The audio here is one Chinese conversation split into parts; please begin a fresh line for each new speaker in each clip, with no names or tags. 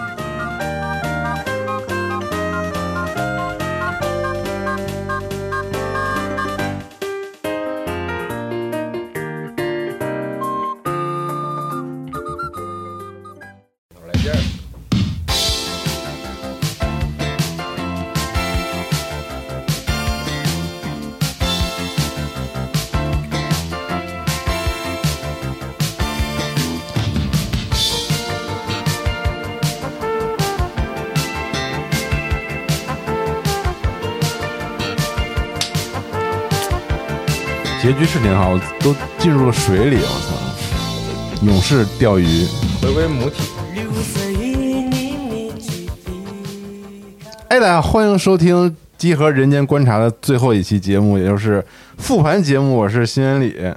来劲儿。
结局是挺好，我都进入了水里，我操！勇士钓鱼，
回归母体，
哎，大家欢迎收听《集合人间观察》的最后一期节目，也就是复盘节目。我是新原里，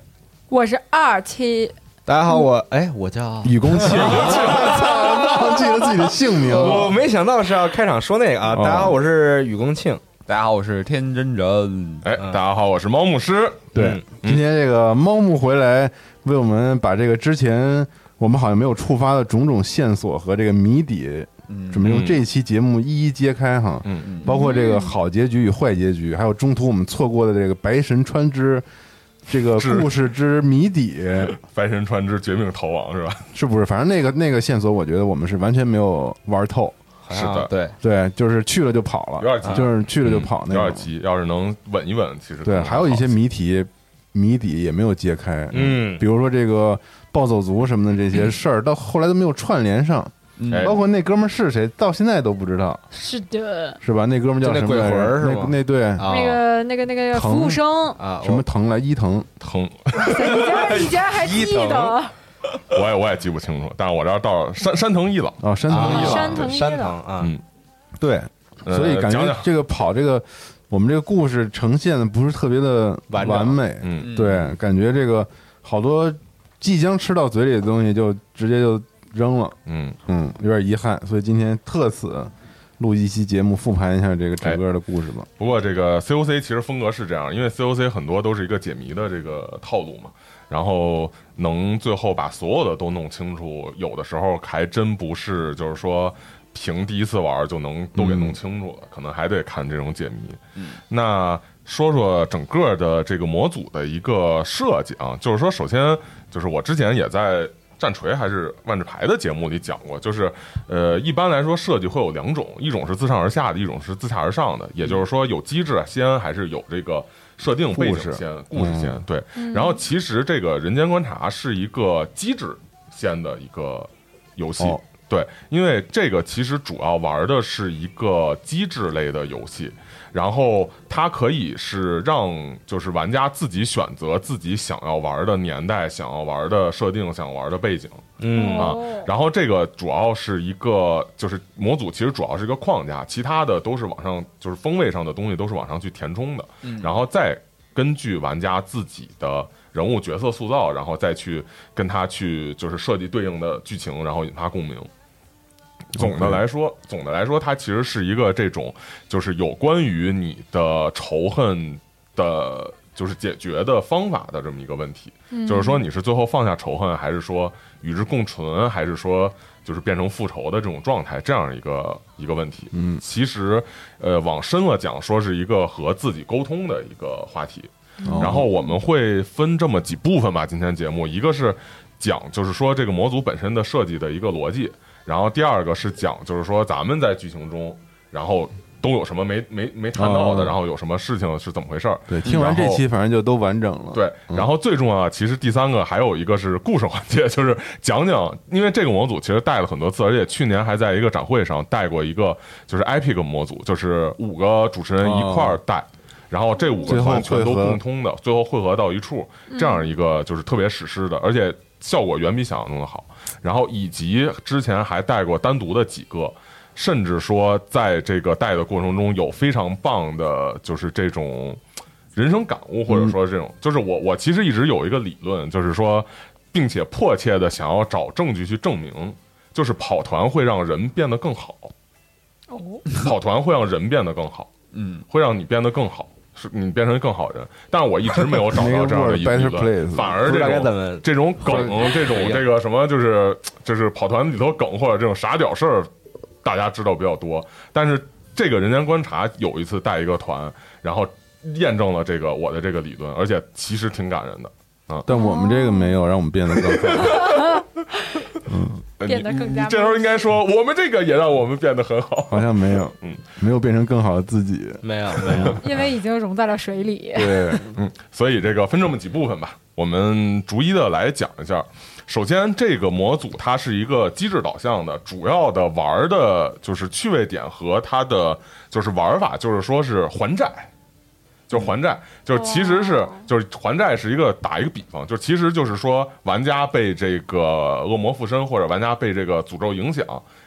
我是二期，
大家好，我
嗯
哎，我叫
雨宫庆，我操，我忘记了自己的姓名
我
了。
没想到是要开场说那个啊！
哦
大家好，我是雨公庆，
大家好，我是天真人。
哎，大家好，我是猫牧师。
嗯对，
嗯
今天这个猫木回来为我们把这个之前我们好像没有触发的种种线索和这个谜底，准备用这一期节目一一揭开哈。
嗯嗯，
包括这个好结局与坏结局，还有中途我们错过的这个白神川之这个
是
故事之谜底，
白神川之绝命逃亡是吧？
是不是？反正那个那个线索，我觉得我们是完全没有玩透。
是的，
对，
对，就是去了就跑了，
有点急
就是去了就跑那
嗯
种。
有点急，要是能稳一稳，其实
对，还有一些谜题谜底也没有揭开，
嗯
比如说这个暴走族什么的这些事儿，到后来都没有串联上，
哎
包括那哥们儿是谁，到现在都不知道，
是的，
是吧？那哥们儿叫
就那
什么
鬼
来
魂儿
着？
是
那
吗
那对
啊
那个
哦
那个那个服务生，
啊，
什么藤来伊藤，
疼，
你竟然你竟然还记得？
我也我也记不清楚，但是我这儿到山山藤一郎，
哦，山藤
啊
一
一
郎，
山藤
对
一
山
郎
藤啊
嗯，
对，
呃
所以感
讲
觉
讲，
这个跑这个我们这个故事呈现的不是特别的
完整
完美，
嗯，
对，感觉这个好多即将吃到嘴里的东西就直接就扔了，
嗯，
嗯，有点遗憾，所以今天特此录一期节目，复盘一下这个整个的故事吧。
不过这个 COC 其实风格是这样，因为 COC 很多都是一个解谜的这个套路嘛，然后能最后把所有的都弄清楚，有的时候还真不是就是说凭第一次玩就能都给弄清楚了，可能还得看这种解谜。那说说整个的这个模组的一个设计啊，就是说，首先就是我之前也在战锤还是万智牌的节目里讲过，就是呃，一般来说设计会有两种，一种是自上而下的，一种是自下而上的，也就是说有机制先还是有这个设定背景先、故事先、对。然后其实这个人间观察是一个机制先的一个游戏。
哦
对，因为这个其实主要玩的是一个机制类的游戏，然后它可以是让就是玩家自己选择自己想要玩的年代、想要玩的设定、想玩的背景
嗯
啊
哦。
然后这个主要是一个就是模组，其实主要是一个框架，其他的都是往上就是风味上的东西都是往上去填充的，然后再根据玩家自己的。人物角色塑造，然后再去跟他去就是设计对应的剧情，然后引发共鸣。总的来说，总的来说，它其实是一个这种，就是有关于你的仇恨的，就是解决的方法的这么一个问题。就是说，你是最后放下仇恨，还是说与之共存，还是说就是变成复仇的这种状态，这样一个一个问题。嗯，其实，呃，往深了讲，说是一个和自己沟通的
哦
一个话题。然后我们会分这么几部分吧，今天节目，一个是。讲就是说这个模组本身的设计的一个逻辑，然后第二个是讲就是说咱们在剧情中，然后都有什么没没没谈到的，
哦
然后有什么事情是怎么回事儿。
对，听完这期反正就都完整了。
嗯对，然后最重要的，其实第三个还有一个是故事环节， 就是讲讲，因为这个模组其实带了很多次，而且去年还在一个展会上带过一个，就是 Epic 模组，就是五个主持人一块儿带。然后这五个
最后
团全都
汇合
共通的，最后汇合到一处，这样一个就是特别史诗的，而且效果远比想象中的好。然后以及之前还带过单独的几个，甚至说在这个带的过程中有非常棒的，就是这种人生感悟，或者说这种，
嗯
就是我我其实一直有一个理论，就是说，并且迫切的想要找证据去证明，就是跑团会让人变得更好，
哦，
跑团会让人变得 更好，
嗯，
会让你变得更好。是你变成更好人，但是我一直没有找到这样的一 个
Make
理
the world better
论，
place
不
反而这
知道该
种
怎么
这种梗，这种这个什么，就是就是跑团里头梗或者这种傻屌事儿，大家知道比较多。但是这个人间观察有一次带一个团，然后验证了这个我的这个理论，而且其实挺感人的。
但我们这个没有让我们变得更好。
呃
变得
你
更
你
加
你这时候应该说，我们这个也让我们变得很好。
好像没有，
嗯，
没有变成更好的自己。
没有没 有，
因为已经融在了水里。
对，
嗯，所以这个分这么几部分吧，我们逐一的来讲一下。首先，这个模组它是一个机制导向的，主要的玩儿的就是趣味点和它的就是玩法，就是说是还债，就是还债，就是其实是
哦
就是还债是一个打一个比方，就其实就是说玩家被这个恶魔附身或者玩家被这个诅咒影响，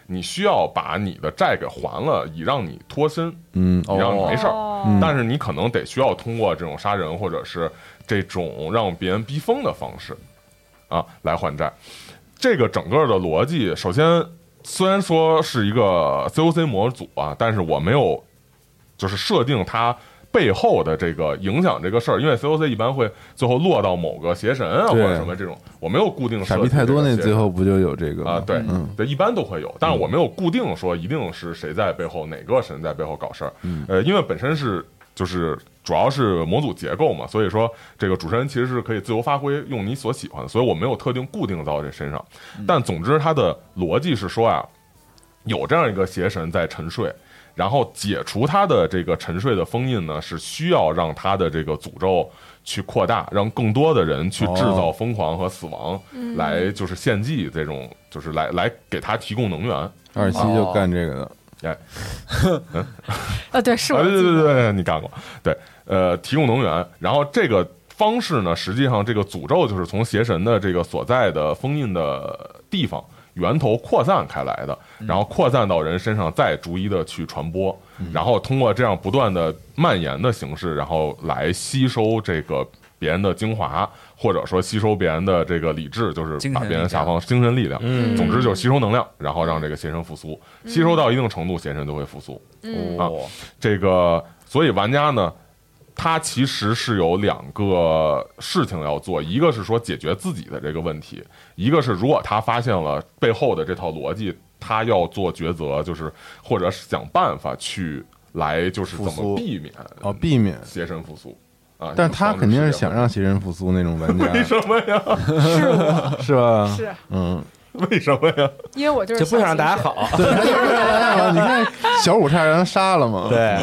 你需要把你的债给还了，以让你脱身，
嗯，
以让你没事儿。嗯
哦
但是你可能得需要通过这种杀人或者是这种让别人逼疯的方式啊来还债。这个整个的逻辑，首先虽然说是一个 COC 模组啊，但是我没有就是设定它。背后的这个影响这个事儿，因为 COC 一般会最后落到某个邪神啊或
对
者什么这种，我没有固定设
傻逼
定
太多
这个
那
邪
最
神
后不就有这个
啊，
吗
对
嗯，
对，一般都会有，但是我没有固定说一定是谁在背后，哪个神在背后搞事儿。
嗯
呃，因为本身是就是主要是模组结构嘛，所以说这个主持人其实是可以自由发挥，用你所喜欢的，所以我没有特定固定到这身上。
嗯
但总之，它的逻辑是说啊，有这样一个邪神在沉睡。然后解除他的这个沉睡的封印呢，是需要让他的这个诅咒去扩大，让更多的人去制造疯狂和死亡，来就是献祭这种，就是来来给他提供能源。
二期就干这个的，
啊，对，是
啊，
我
对
记
对
得
对对对，你干过，对，呃，提供能源，然后这个方式呢，实际上这个诅咒就是从邪神的这个所在的封印的地方源头扩散开来的，
嗯
然后扩散到人身上，再逐一的去传播，
嗯
然后通过这样不断的蔓延的形式，然后来吸收这个别人的精华，或者说吸收别人的这个理智，就是
精
把
神
别人
力
下
量
方精神力量。
嗯
总之就是吸收能量，然后让这个邪神复苏，
嗯
吸收到一定程度，邪神就会复苏。
嗯
啊，这个，所以玩家呢，他其实是有两个事情要做，一个是说解决自己的这个问题，一个是如果他发现了背后的这套逻辑，他要做抉择，就是或者想办法去来就是怎
复苏
么避免
哦，避免。
邪神复苏啊。
但是他
嗯防止
肯定是
邪神
想让邪神复苏那种 玩家，
为什么呀？
是吧？
是
嗯，
为什么呀？
因为我就是
就不想让大
小
家
心
好，
对，他就是这样啊你看小五差点让他杀了嘛，
对，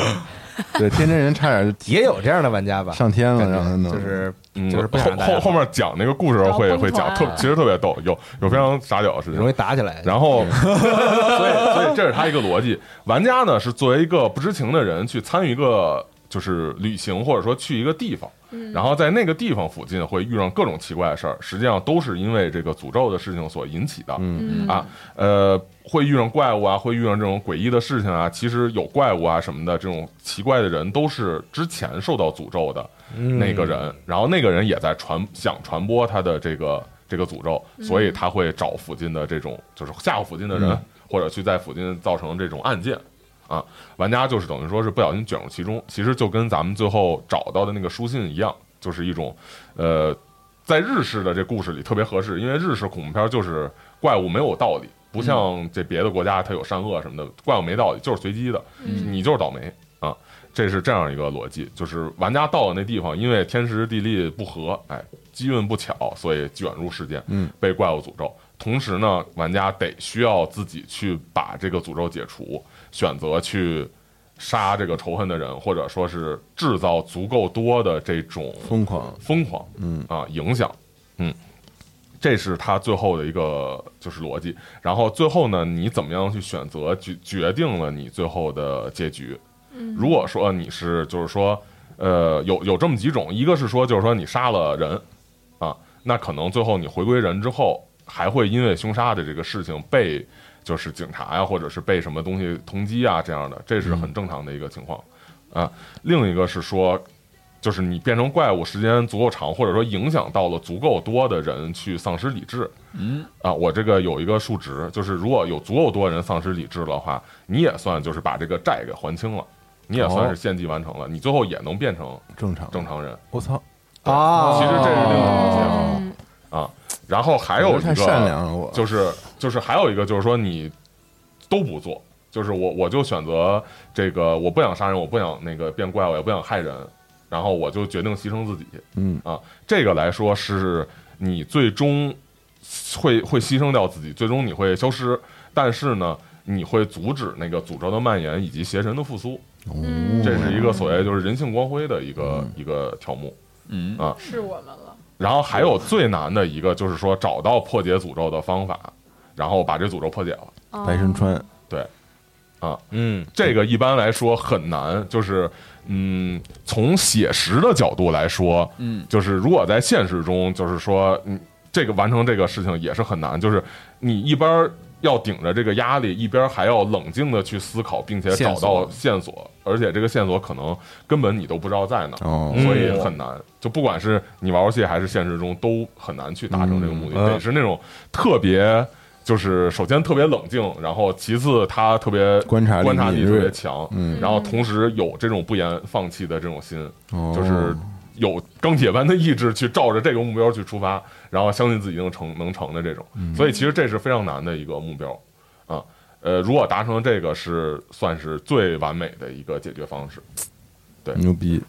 对，天真人差 点就
也有这样的玩家吧，
上天了，
感觉
让他弄，
就是
嗯，
就是不
后
想让大家
后后面讲那个故事时候会
搞崩
会讲，
团
特其实特别逗，有有非常傻屌的事情
容。易打起来。
然后， 所以所以这是他一个逻辑。玩家呢是作为一个不知情的人去参与一个就是旅行，或者说去一个地方，然后在那个地方附近会遇上各种奇怪的事儿，实际上都是因为这个诅咒的事情所引起的。
嗯
啊，呃，会遇上怪物啊，会遇上这种诡异的事情啊。其实有怪物啊什么的，这种奇怪的人都是之前受到诅咒的那个人，然后那个人也在传想传播他的这个这个诅咒，所以他会找附近的这种就是吓唬附近的人，或者去在附近造成这种案件。啊，玩家就是等于说是不小心卷入其中，其实就跟咱们最后找到的那个书信一样，就是一种，呃，在日式的这故事里特别合适，因为日式恐怖片就是怪物没有道理，不像这别的国家它有善恶什么的，怪物没道理，就是随机的，你就是倒霉。啊，这是这样一个逻辑，就是玩家到了那地方，因为天时地利不合，哎，机运不巧，所以卷入事件，
嗯，
被怪物诅咒。同时呢，玩家得需要自己去把这个诅咒解除，选择去杀这个仇恨的人，或者说是制造足够多的这种
疯狂，
疯狂，
嗯
啊，影响，嗯，这是他最后的一个就是逻辑。然后最后呢，你怎么样去选择，决决定了你最后的结局。如果说你是就是说，呃，有有这么几种，一个是说就是说你杀了人，啊，那可能最后你回归人之后，还会因为凶杀的这个事情被就是警察呀、或者是被什么东西通缉啊这样的，这是很正常的一个情况。啊，另一个是说，就是你变成怪物时间足够长，或者说影响到了足够多的人去丧失理智。嗯，啊，我这个有一个数值，就是如果有足够多人丧失理智的话，你也算就是把这个债给还清了，你也算是献祭完成了，你最后也能变成
正常，
正。常人。
我操，
啊
其实这是另一种解法。
嗯，
啊然后还有一
我
个
太善良了，我
就是就是还有一个就是说你都不做，就是我我就选择这个我不想杀人，我不想那个变怪物，也不想害人，然后我就决定牺牲自己。
嗯
啊，这个来说是你最终会会牺牲掉自己，最终你会消失，但是呢，你会阻止那个诅咒的蔓延以及邪神的复苏，
嗯
这是一个所谓就是人性光辉的一个、一个条目。
嗯
啊
是我们了，
然后还有最难的一个就是说找到破解诅咒的方法，然后把这诅咒破解了。
哦
啊
白山川，
嗯，
这个一般来说很难，就是嗯，从写实的角度来说，
嗯，
就是如果在现实中，就是说，嗯，这个完成这个事情也是很难，就是你一边儿要顶着这个压力，一边儿还要冷静的去思考，并且找
线
到
索
线索，而且这个线索可能根本你都不知道在哪儿。
哦，
所以很难，就不管是你玩游戏还是现实中，都很难去达成这个目的。
嗯
得是那种特别，就是首先特别冷静，然后其次他特别
观察力
观察力
敏
特别
锐，
强，
嗯，
然后同时有这种不言放弃的这种心，
哦
就是有钢铁般的意志去照着这个目标去出发，然后相信自己能成能成的这种。
嗯
所以其实这是非常难的一个目标啊。呃，如果达成这个是算是最完美的一个解决方式。
牛逼，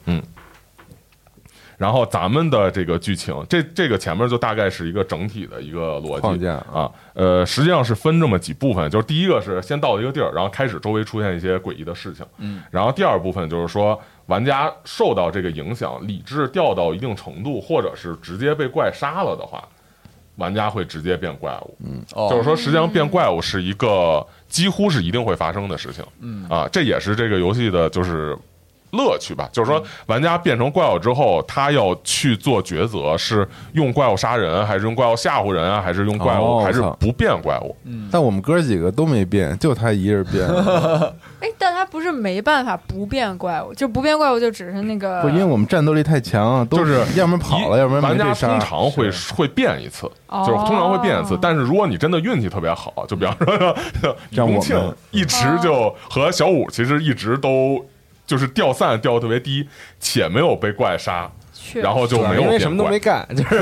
然后咱们的这个剧情，这这个前面就大概是一个整体的一个逻辑
框架
啊，呃，实际上是分这么几部分，就是第一个是先到一个地儿，然后开始周围出现一些诡异的事情，
嗯，
然后第二部分就是说玩家受到这个影响，理智掉到一定程度，或者是直接被怪杀了的话，玩家会直接变怪物，
哦
就是说，实际上变怪物是一个几乎是一定会发生的事情。
嗯
啊，这也是这个游戏的就是乐趣吧，就是说
嗯
玩家变成怪物之后，他要去做抉择，是用怪物杀人，还是用怪物吓唬人啊，还是用怪物，
哦
还是
我操
不变怪物？
但我们哥几个都没变，就他一人变 了，
哎，但他不是没办法不变怪物，就不变怪物就只是那个，
不是因为我们战斗力太强，啊都
就是
要么跑了，要么
玩
没
家
被
通
杀。
常会会变一次，就是通常会变一次
哦。
但是如果你真的运气特别好，就比方 说李
像我
宗
们
庆一直就和小五其实一直都就是掉散掉得特别低，且没有被怪杀，
确
然后就没有
因为
变
什么都
怪
没干，就是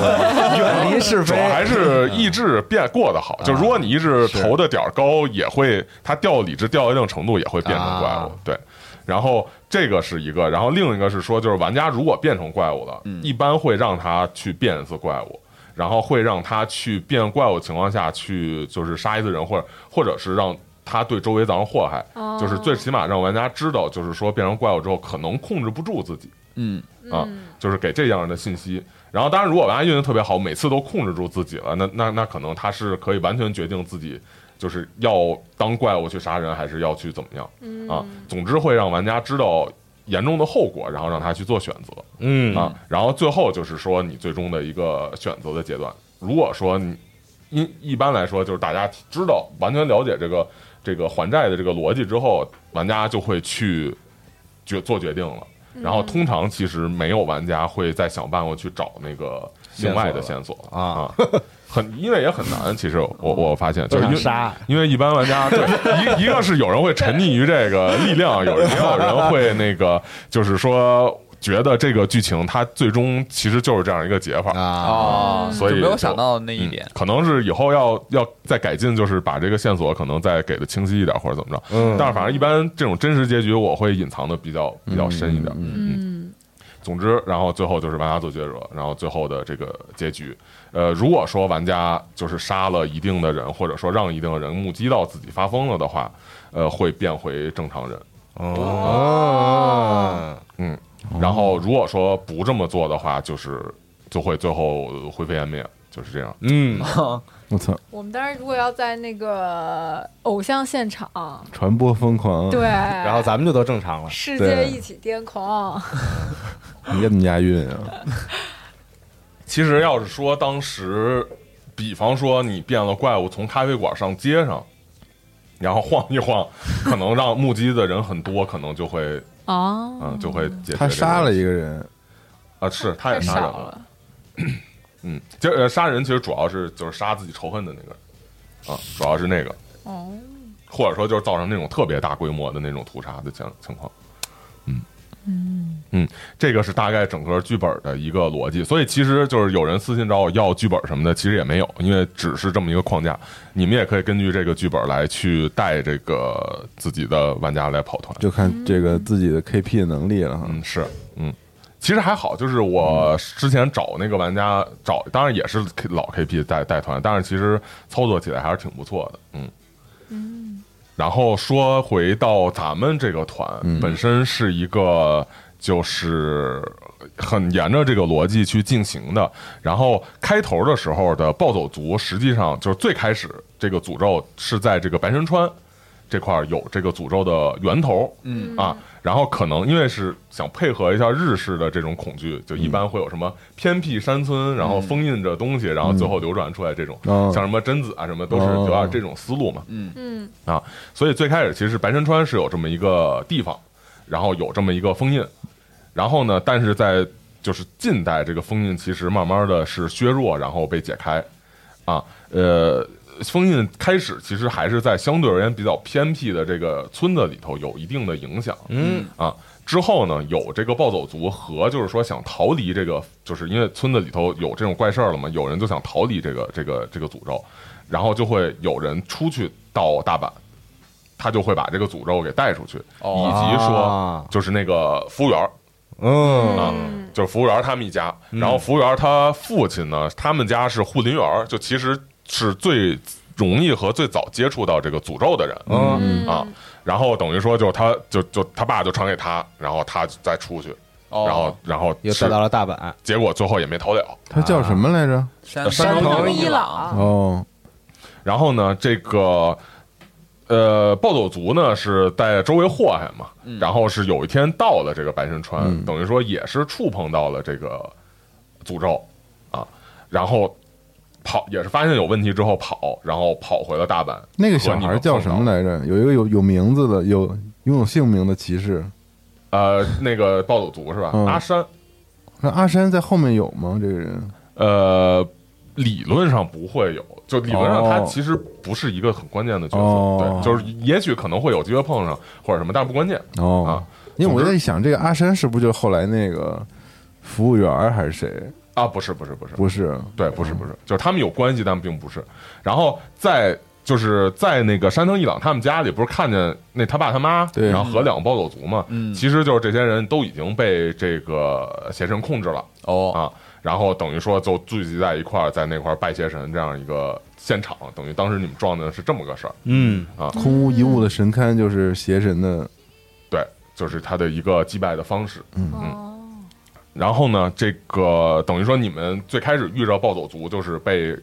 远离是
主
非嗯啊
要，还是意志变过得好，就如果你意志投的点儿高，也会它掉理智掉到一定程度也会变成怪物
啊，
对。然后这个是一个，然后另一个是说，就是玩家如果变成怪物了，
嗯
一般会让他去变一次怪物，然后会让他去变怪物情况下去就是杀一次人，或者或者是让他对周围造成祸害，
哦
就是最起码让玩家知道，就是说变成怪物之后可能控制不住自己，
嗯
啊，就是给这样的信息。然后，当然，如果玩家运气特别好，每次都控制住自己了，那那那可能他是可以完全决定自己就是要当怪物去杀人，还是要去怎么样啊。总之会让玩家知道严重的后果，然后让他去做选择
嗯
啊。然后最后就是说你最终的一个选择的阶段。如果说你一一般来说就是大家知道完全了解这个这个还债的这个逻辑之后，玩家就会去决做决定了。然后通常其实没有玩家会再想办法去找那个另外的线索啊，很因为也很难。其实我我发现就是因为
杀，
因为一般玩家对一一个是有人会沉溺于这个力量，有人也有人会那个就是说。觉得这个剧情它最终其实就是这样一个解法，
啊，
所以
就没有
就
想到那一
嗯
点，
可能是以后要要再改进，就是把这个线索可能再给的清晰一点，或者怎么着。
嗯
但是反正一般这种真实结局，我会隐藏的比较比较深一点。
嗯，
总之，然后最后就是玩家做抉择，然后最后的这个结局。呃，如果说玩家就是杀了一定的人，或者说让一定的人目击到自己发疯了的话，呃，会变回正常人。
哦，
嗯，然后如果说不这么做的话，就是就会最后灰飞烟灭，就是这样。
嗯，我操，
我们当时如果要在那个偶像现场，
嗯
传播疯狂，
对，，
然后咱们就都正常了。
世
对
界一起癫狂，
你怎么押韵啊？
其实要是说当时，比方说你变了怪物，从咖啡馆上街上，然后晃一晃，可能让目击的人很多，可能就 会
哦
嗯就会解决这个问题。
他杀了一个人，
啊，是他
太
也杀人
少
了，
了，
嗯，就呃杀人其实主要是就是杀自己仇恨的那个人啊，主要是那个，
哦，
或者说就是造成那种特别大规模的那种屠杀的情情况。嗯嗯，这个是大概整个剧本的一个逻辑，所以其实就是有人私信找我要剧本什么的，其实也没有，因为只是这么一个框架。你们也可以根据这个剧本来去带这个自己的玩家来跑团。
就看这个自己的 KP 的能力了哈。
嗯，是，嗯，其实还好，就是我之前找那个玩家找，当然也是 K- 老 KP 带带团，但是其实操作起来还是挺不错的，嗯。然后说回到咱们这个团、本身是一个就是很沿着这个逻辑去进行的。然后开头的时候的暴走族，实际上就是最开始这个诅咒是在这个白神川这块儿有这个诅咒的源头，嗯啊，然后可能因为是想配合一下日式的这种恐惧，就一般会有什么偏僻山村，然后封印着东西，然后最后流传出来这种，
哦
像什么贞子啊什么，都是有点这种思路嘛，
嗯，
啊，所以最开始其实白山川是有这么一个地方，然后有这么一个封印，然后呢，但是在就是近代这个封印其实慢慢的是削弱，然后被解开，啊，呃，封印开始其实还是在相对而言比较偏僻的这个村子里头有一定的影响，
嗯，
啊。之后呢，有这个暴走族和就是说想逃离这个，就是因为村子里头有这种怪事儿了嘛，有人就想逃离这个这个这个诅咒，然后就会有人出去到大阪，他就会把这个诅咒给带出去，以及说
啊
就是那个服务员儿
嗯
啊，就是服务员儿他们一家，然后服务员儿他父亲呢，他们家是护林员儿，就其实是最容易和最早接触到这个诅咒的人，
嗯
啊，然后等于说就他就就他爸就传给他，然后他再出去，然后然后
哦又
是
带到了大阪。
结果最后也没逃了。
他叫什么来着？
山
山
山
头
头
伊
朗，
朗，
哦，
然后呢，这个呃暴走族呢是在周围祸害嘛，然后是有一天到了这个白神川，
嗯
等于说也是触碰到了这个诅咒啊，然后跑也是发现有问题之后跑，然后跑回了大阪。
那个小孩叫什么来着？有一个有有名字的，有拥有姓名的骑士。
呃，那个暴走族是吧？
嗯
阿山，
那阿山在后面有吗？这个
啊
人
呃，理论上不会有，就理论上他
哦
其实不是一个很关键的角色，
哦
对，就是也许可能会有机会碰上或者什么，但是不关键。啊
哦，因为我在想，这个阿山是不是就后来那个服务员儿还是谁？
啊，不是不是不是，
不是，
对，不是不是，就是他们有关系，但并不是。然后在就是在那个山藤一朗他们家里，不是看见那他爸他妈，
对
然后和两个暴走族嘛，
嗯
其实就是这些人都已经被这个邪神控制了
哦，
啊，然后等于说就聚集在一块儿，在那块儿拜邪神这样一个现场，等于当时你们撞的是这么个事儿。
嗯
空无一物的神龛就是邪神的。
对，就是他的一个祭拜的方式。
哦，
然后呢，这个等于说你们最开始遇着暴走族，就是被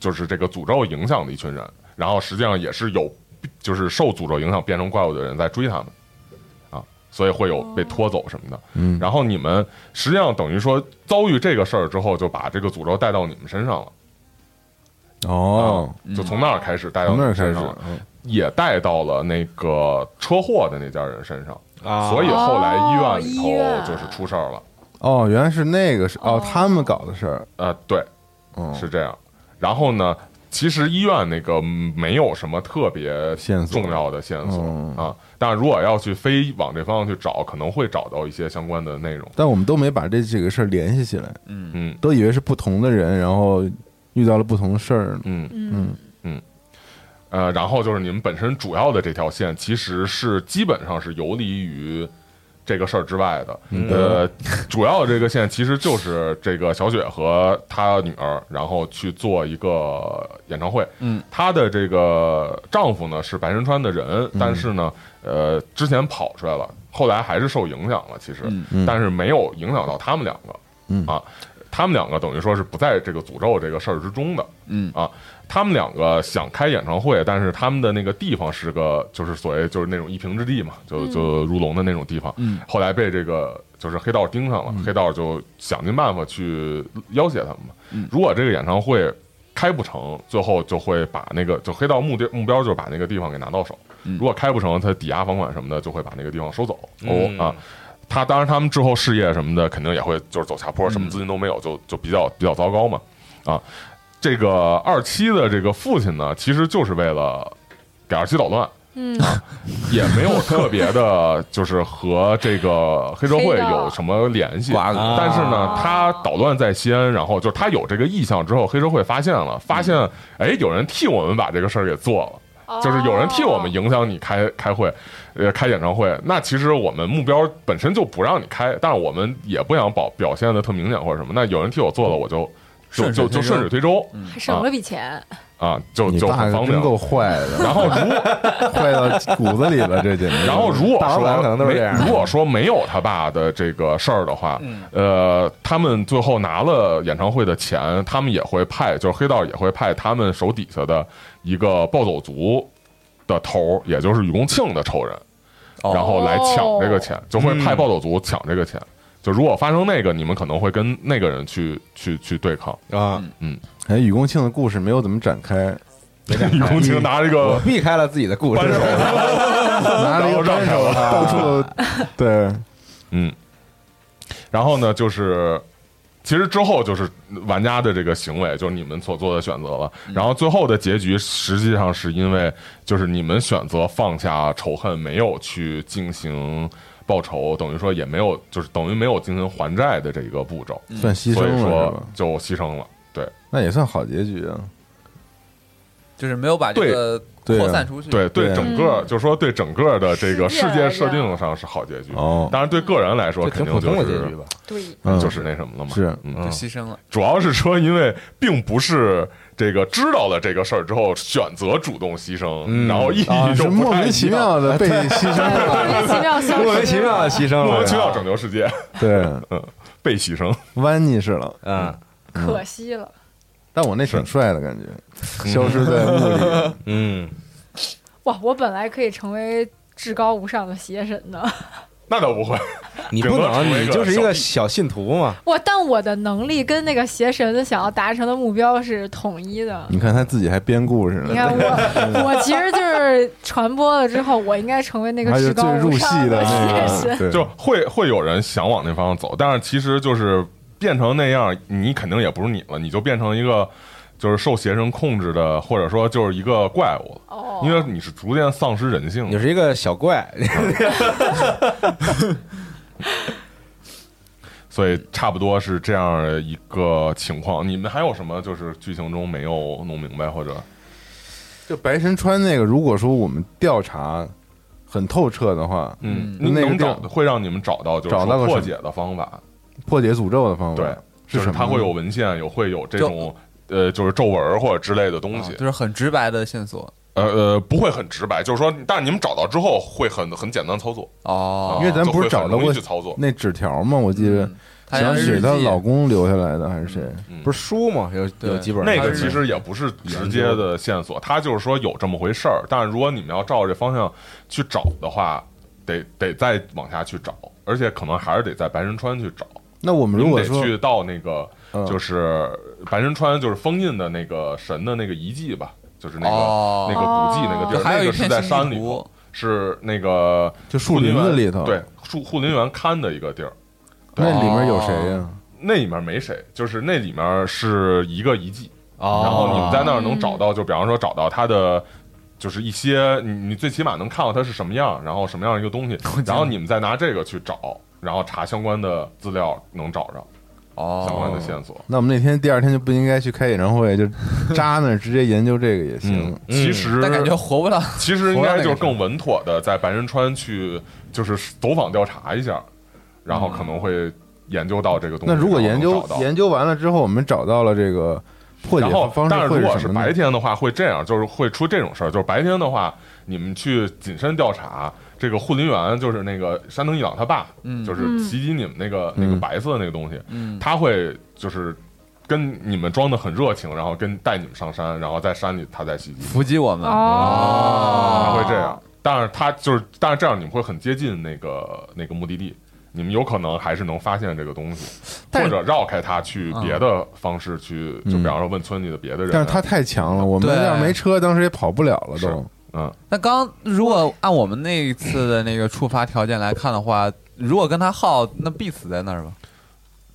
就是这个诅咒影响的一群人，然后实际上也是有就是受诅咒影响变成怪物的人在追他们啊，所以会有被拖走什么的。
哦嗯
然后你们实际上等于说遭遇这个事儿之后，就把这个诅咒带到你们身上了。
哦，
啊，就从那儿开始带到
从
你
那
们
儿开
身
始嗯
上，也带到了那个车祸的那家人身上，
啊，
所以后来医院
哦医
里
院
头就是出事儿了。
哦，原来是那个是哦
哦，
他们搞的事儿。
啊，对，
哦，
是这样。然后呢，其实医院那个嗯没有什么特别
线索
重要的线索
嗯
啊，但如果要去非往这方向去找，可能会找到一些相关的内容。
但我们都没把这几个事儿联系起来，
嗯
都以为是不同的人，然后遇到了不同的事儿。
嗯
嗯
呃，然后就是你们本身主要的这条线，其实是基本上是游离于这个事儿之外的。
嗯
呃，主要的这个线其实就是这个小雪和她女儿，然后去做一个演唱会。
嗯，
她的这个丈夫呢是白神川的人，
嗯
但是呢，呃，之前跑出来了，后来还是受影响了，其实，
嗯
嗯
但是没有影响到他们两个。
嗯
啊，他们两个等于说是不在这个诅咒这个事儿之中的。
嗯
啊，他们两个想开演唱会，但是他们的那个地方是个就是所谓就是那种一坪之地嘛，就
嗯
就如龙的那种地方。
嗯
后来被这个就是黑道盯上了，黑道就想尽办法去要挟他们嘛。
嗯
如果这个演唱会开不成，最后就会把那个就黑道目的目标就是把那个地方给拿到手。
嗯
如果开不成，他抵押房款什么的就会把那个地方收走。
嗯
啊，他当然他们之后事业什么的肯定也会就是走下坡，什么
嗯
资金都没有，就就比较比较糟糕嘛。啊，这个二七的这个父亲呢，其实就是为了给二七捣乱，
嗯，
也没有特别的，就是和这个黑社会
黑道
有什么联系。
瓜
啊
哥，
但是呢，他捣乱在西安，然后就是他有这个意向之后，黑社会发现
嗯
了，发现哎，有人替我们把这个事儿给做了。
哦
就是有人替我们影响你开开会，呃，开演唱会。那其实我们目标本身就不让你开，但是我们也不想保表现的特明显或者什么。那有人替我做了，我就就
顺水
就
推
就
舟
顺水推舟
还省了笔钱，
啊，就
嗯你
就
爸
很方便
真。够坏的，
然后如
坏到骨子里了，这简直。
然后如果
大老板可
说
能都是这
没
样，
如果说没有他爸的这个事儿的话，呃，他们最后拿了演唱会的钱，他们也会派，就是黑道也会派他们手底下的一个暴走族的头儿，也就是雨公庆的仇人。
哦
然后来抢这个钱，就会派暴走族抢这个钱。就如果发生那个，你们可能会跟那个人去去去对抗。
啊，
哎，雨公庆的故事没有怎么展开，
雨公卿拿这
我
个
避开了自己的故
扳
事
手，，
拿了一个扳手 到处啊 对，
嗯，然后呢，就是其实之后就是玩家的这个行为，就是你们所做的选择了。
嗯
然后最后的结局，实际上是因为就是你们选择放下仇恨，没有去进行报仇，等于说也没有，就是等于没有进行还债的这一个步骤，
算牺牲
嗯所以
了是
说
吧？
就牺牲了。对，
那也算好结局啊。
就是没有把这个
对啊
扩散出去，
对对，
对
整个就是说对整个的这个
世
世
界
界
来
设
讲
定上是好结局，
哦，
当然对个人来说
就
肯
挺
定
普通
就
的结局
是
吧。
对，
嗯
就是那什么了嘛。
是
嗯，
就
嗯
牺牲了。
主要是说因为并不是这个知道了这个事儿之后选择主动牺牲，
嗯
然后意
啊，
义
是
就不
莫
太
名
一
其
样。
妙的被牺牲
莫
了，
名其妙消失，
莫名其妙的牺牲了，
啊
莫名其妙拯救世界，
对，
被牺牲。
弯你是了。
嗯
可惜了。
但我那挺帅的感觉，
嗯
消失在雾 里。
嗯，
哇，我本来可以成为至高无上的邪神的，
那倒不会，
嗯你
整
不
个
能，
成为一
你
个
就是一
小
个
弟
小信徒嘛，
哇！但我的能力跟那个邪神想要达成的目标是统一的。
你看他自己还编故事呢，
你看我，我其实就是传播了之后，我应该成为那个
还
至
是
高
最入
无
戏
上
的
邪
那
神。
个，对，
就会会有人想往那方向走，但是其实就是变成那样，你肯定也不是你了，你就变成一个就是受邪神控制的，或者说就是一个怪物了。
哦，
因为你是逐渐丧失人性
你
的。
是一个小怪，
所以差不多是这样的一个情况。你们还有什么就是剧情中没有弄明白或者
就白神川那个，如果说我们调查很透彻的话，
嗯，
嗯那个
能
地
找
儿
会让你们找到就是
找到
说
个
破
什么
解的方法，
破解诅咒的方法
对，
是
就
什
是
么？
它会有文献，有会有这种。呃，就是皱纹儿或者之类的东
啊
西，
就是很直白的线索
呃呃，不会很直白，就是说，但是你们找到之后会很很简单操作，
哦
因为咱
就
不是
会
找
很
到
容易
过
去操作，
那纸条吗？我记得
嗯他
小
像
雪
是
她老公留下来的还是谁？
嗯
不是书嘛，有有
对
几本儿
那
它
个
是
其实也不是直接的线索，它就是说有这么回事儿。但是如果你们要照这方向去找的话，得得再往下去找，而且可能还是得在白神川去找。
那我们如果
你们
说
得去到那个
嗯
就是白神川，就是封印的那个神的那个遗迹吧，就是那个、
哦
那个古迹那个地
就
儿，
还有
那
一
个是
片
在
星
山
地
里头
图，
是那个
就树林子里头，
对，树护林员看的一个地儿。
那里面有谁呀？
那里面没谁，就是那里面是一个遗迹，
嗯
哦
然后你们在那儿
哦
能找到，就比方说找到他的就是一些你你最起码能看到它是什么样，然后什么样一个东西，然后你们再拿这个去找，然后查相关的资料，能找着相关的
哦，
线索。
那我们那天第二天就不应该去开演唱会，就扎那儿直接研究这个也行。
嗯，其实
但 感觉活不到
其实应该就是更稳妥的，在白人川去就是走访调查一下，然后可能会研究到这个东西。
那如果研
然
究
后能找到
研究完了之后，我们找到了这个破解
然后，
方
但
式
是
会
如果
什
是
么
白
呢？
天的话，会这样，就是会出这种事儿。就是白天的话，你们去谨慎调查这个护林员，就是那个山藤一朗他爸，
嗯
就是袭击你们那个、那个
嗯
白色的那个东西，
嗯
他会就是跟你们装的很热情，然后跟带你们上山，然后在山里他再袭击，
伏击我们。
他
哦，
会这样。但是他就是，但是这样你们会很接近那个那个目的地，你们有可能还是能发现这个东西，
但
或
是
者绕开他去别的方式去，就比方说问村里的别的人啊。
嗯但是他太强了，我们
对
要是没车，当时也跑不了了
是
都。
嗯，
那刚如果按我们那一次的那个触发条件来看的话，如果跟他耗，那必死在那儿吧？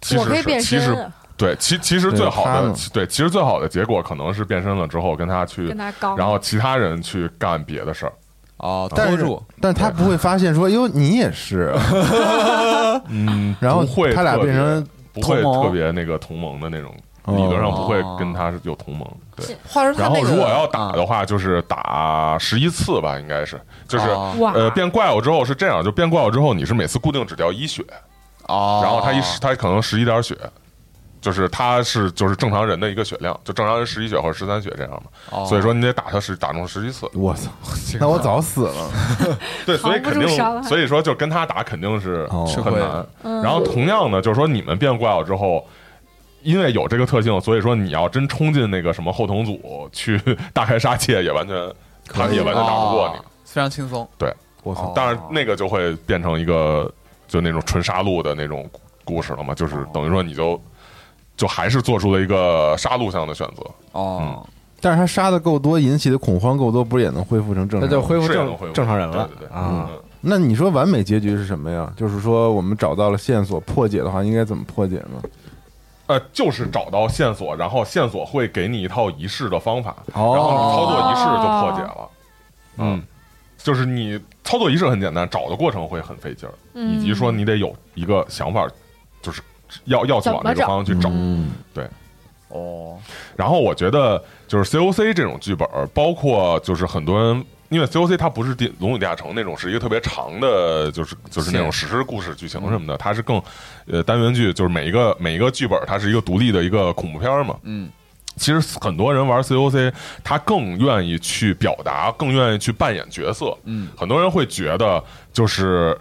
其
我可
实
以
是
变
其实
身，
对，其其实最好
对他
的
呢
其对，其实最好的结果可能是变身了之后跟他去
跟，他刚，
然后其他人去干别的事儿。
哦，
但
拖
是
住，
但他不会发现说，哟，你也是。啊
嗯，
然后
不会
他俩
特别
变成
不会
同盟
特别那个同盟的那种，
哦
理论上不会跟他有同盟。
是
对，
话说他
然
那
后
个
如果要打
啊
的话，就是打十一次吧，应该是就是。
哦
哇，
呃，变怪物之后是这样，就变怪物之后，你是每次固定只掉一血，
哦，
然后他一他可能十一点血，就是他是就是正常人的一个血量，就正常人十一血或者十三血这样嘛。
哦
所以说你得打他十打中十一次，
我操，那我早死了。
对，所以
扛不
肯
住伤
定，
害
所以说就跟他打肯定是
哦
吃
很
亏
难。
嗯
然后同样的，就是说你们变怪物之后，因为有这个特性，所以说你要真冲进那个什么后藤组去大开杀戒，也完全他
啊
们也完全打不过你
哦。，非常轻松。
我
哦
操，
当然，那个就会变成一个就那种纯杀戮的那种故事了嘛，就是
哦
等于说你就就还是做出了一个杀戮向的选择。
哦，
但是他杀的够多，引起的恐慌够多，不是也能恢复成正
那
常？
就恢复
是也
正
能恢复
正常人了
对对对
啊。
嗯
那你说完美结局是什么呀？就是说我们找到了线索，破解的话应该怎么破解呢？
呃，就是找到线索，然后线索会给你一套仪式的方法，
哦
然后你操作仪式就破解了。嗯，就是你操作仪式很简单，找的过程会很费劲儿，
嗯
以及说你得有一个想法，就是要要去往那
怎么
个
找
方向去找。
嗯，
哦，
然后我觉得就是 COC 这种剧本儿，包括就是很多人。因为 COC 它不是地《龙与地下城》那种是一个特别长的，就是就是那种史诗故事剧情什么
嗯
的，它是更，呃，单元剧，就是每一个每一个剧本儿它是一个独立的一个恐怖片儿嘛。
嗯，
其实很多人玩 COC，他更愿意去表达，更愿意去扮演角色。
嗯，
很多人会觉得就是。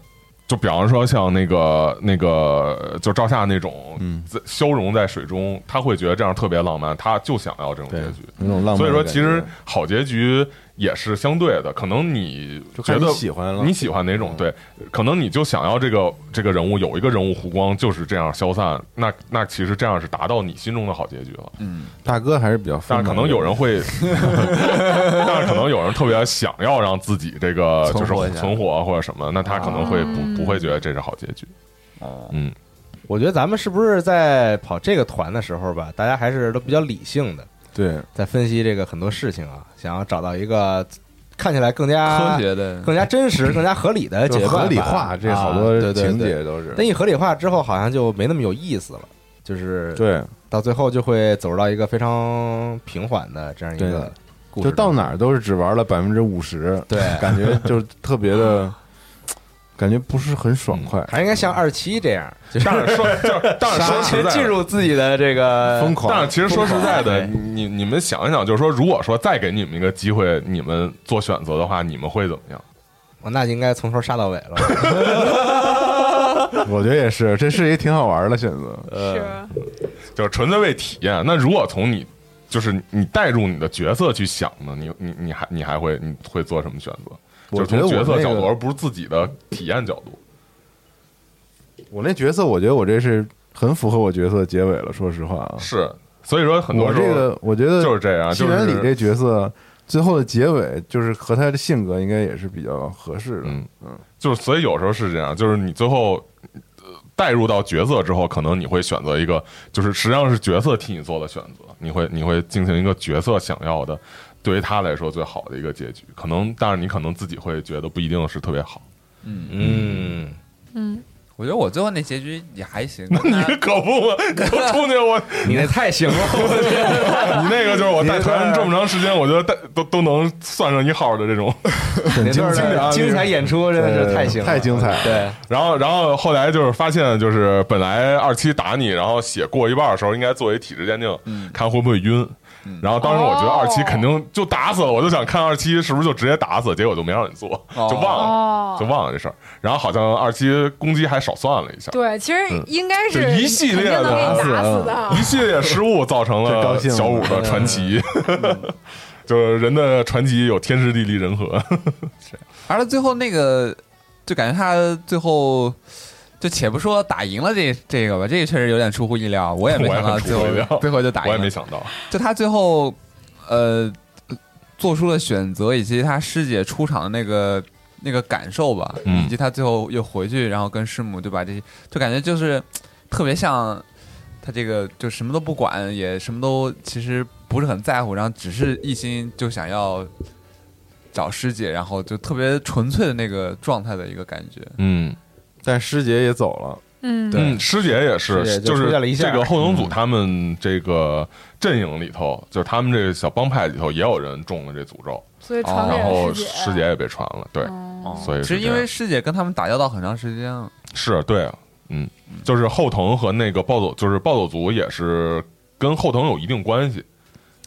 就比方说像那个那个，就赵夏那种，
嗯
在消融在水中，他会觉得这样特别浪漫，他就想要这种结
对
局。
有种浪漫的感觉。
所以说，其实好结局也是相对的，可能你
就
觉
看你
得
喜欢了嗯
你喜欢哪种，对，可能你就想要这个这个人物有一个人物弧光就是这样消散，那那其实这样是达到你心中的好结局了。
大哥还是比较丰
但是
满的，
可能有人会， 但是可能有人特别想要让自己这个
存
就
活一
是
下
存活或者什么，那他可能会不不会觉得这是好结局。
哦
嗯，
我觉得咱们是不是在跑这个团的时候吧，大家还是都比较理性的，
对
在分析这个很多事情啊，想要找到一个看起来更加
啊
科、学的
更加真实、更加合理的
嗯就
解决办法
合理化这好
啊
多
对对
情
对
节都是
但一合理化之后，好像就没那么有意思了，就是
对，
到最后就会走到一个非常平缓的这样一个
对
故事
就
中，
到哪儿都是只玩了百分之五十，
对
感觉就是特别的，感觉不是很
嗯
爽快，
还应该像二期这样，就是
但是说，就是但是说
完
实
全
在
进
的。
入自己的这个
疯狂。
但是其实说实在的，
疯
你你你们想一想，就是说，如果说再给你们一个机会，你们做选择的话，你们会怎么样？
哦那应该从头杀到尾了。
我觉得也是，这是一个挺好玩的选择。
呃
是
就是纯粹为体验。那如果从你，就是你带入你的角色去想呢，你你你还你还会你会做什么选择？就
我
是
觉得我
从角色角
那
度，
个
而不是自己的体验角度。
我那角色，我觉得我这是很符合我角色结尾了。说实话啊，
是，所以说很多
我
时候
这个我觉得
就是这样，啊
西
就
园里
是
这角色最后的结尾，就是和他的性格应该也是比较合适的。
嗯就是所以有时候是这样，就是你最后。呃带入到角色之后，可能你会选择一个，就是实际上是角色替你做的选择，你会你会进行一个角色想要的对于他来说最好的一个结局。可能，但是你可能自己会觉得不一定是特别好。
嗯，
嗯，
我觉得我最后那结局也还 行，
你可不嘛，可出去我，
你那太行了，
你那个就是我带团这么长时间，我觉得带都都能算上一号的这种。
很
那
精
段
彩
的
啊，
精彩演出真的是太行了，
太精彩了
对，
然后，然后后来就是发现，就是本来二期打你，然后写过一半的时候，应该做一体质鉴定，看会不会晕。然后当时我觉得
哦
二期肯定就打死了，我就想看二期是不是就直接打死，结果就没让你做，
哦
就忘了，
哦
就，忘了这事儿。然后好像二期攻击还少算了一下，
对，其实应该是
嗯就一系列的啊嗯
肯定能给你打死的
一。系列失误造成
这高
了
兴了
小五的传奇， 就是人的传奇有天时地利人和。
而且最后那个，就感觉他最后，就且不说打赢了这这个吧，这个确实有点出乎意料，我也没想
我也
到
很
最
出乎意料
后最后就打
我也
赢
没
了。
想到，
就他最后，呃，做出了选择，以及他师姐出场的那个那个感受吧，
嗯
以及他最后又回去，然后跟师母就把这些，就感觉就是嘖特别像他这个就什么都不管，也什么都其实不是很在乎，然后只是一心就想要。找师姐，然后就特别纯粹的那个状态的一个感觉，
嗯。
但师姐也走了，
嗯，
嗯，师姐也是，
师姐就
就
出
是
现了一下嗯
这个后藤组他们这个阵营里头，就是他们这个小帮派里头也有人中了这诅咒，
所以传给
啊然后
了
师
师
姐啊
姐。
也被传了，对，
哦
所以
是
这
因
样
为师姐跟他们打交道很长时间了，
是对，嗯，就是后藤和那个暴走，就是暴走族也是跟后藤有一定关系，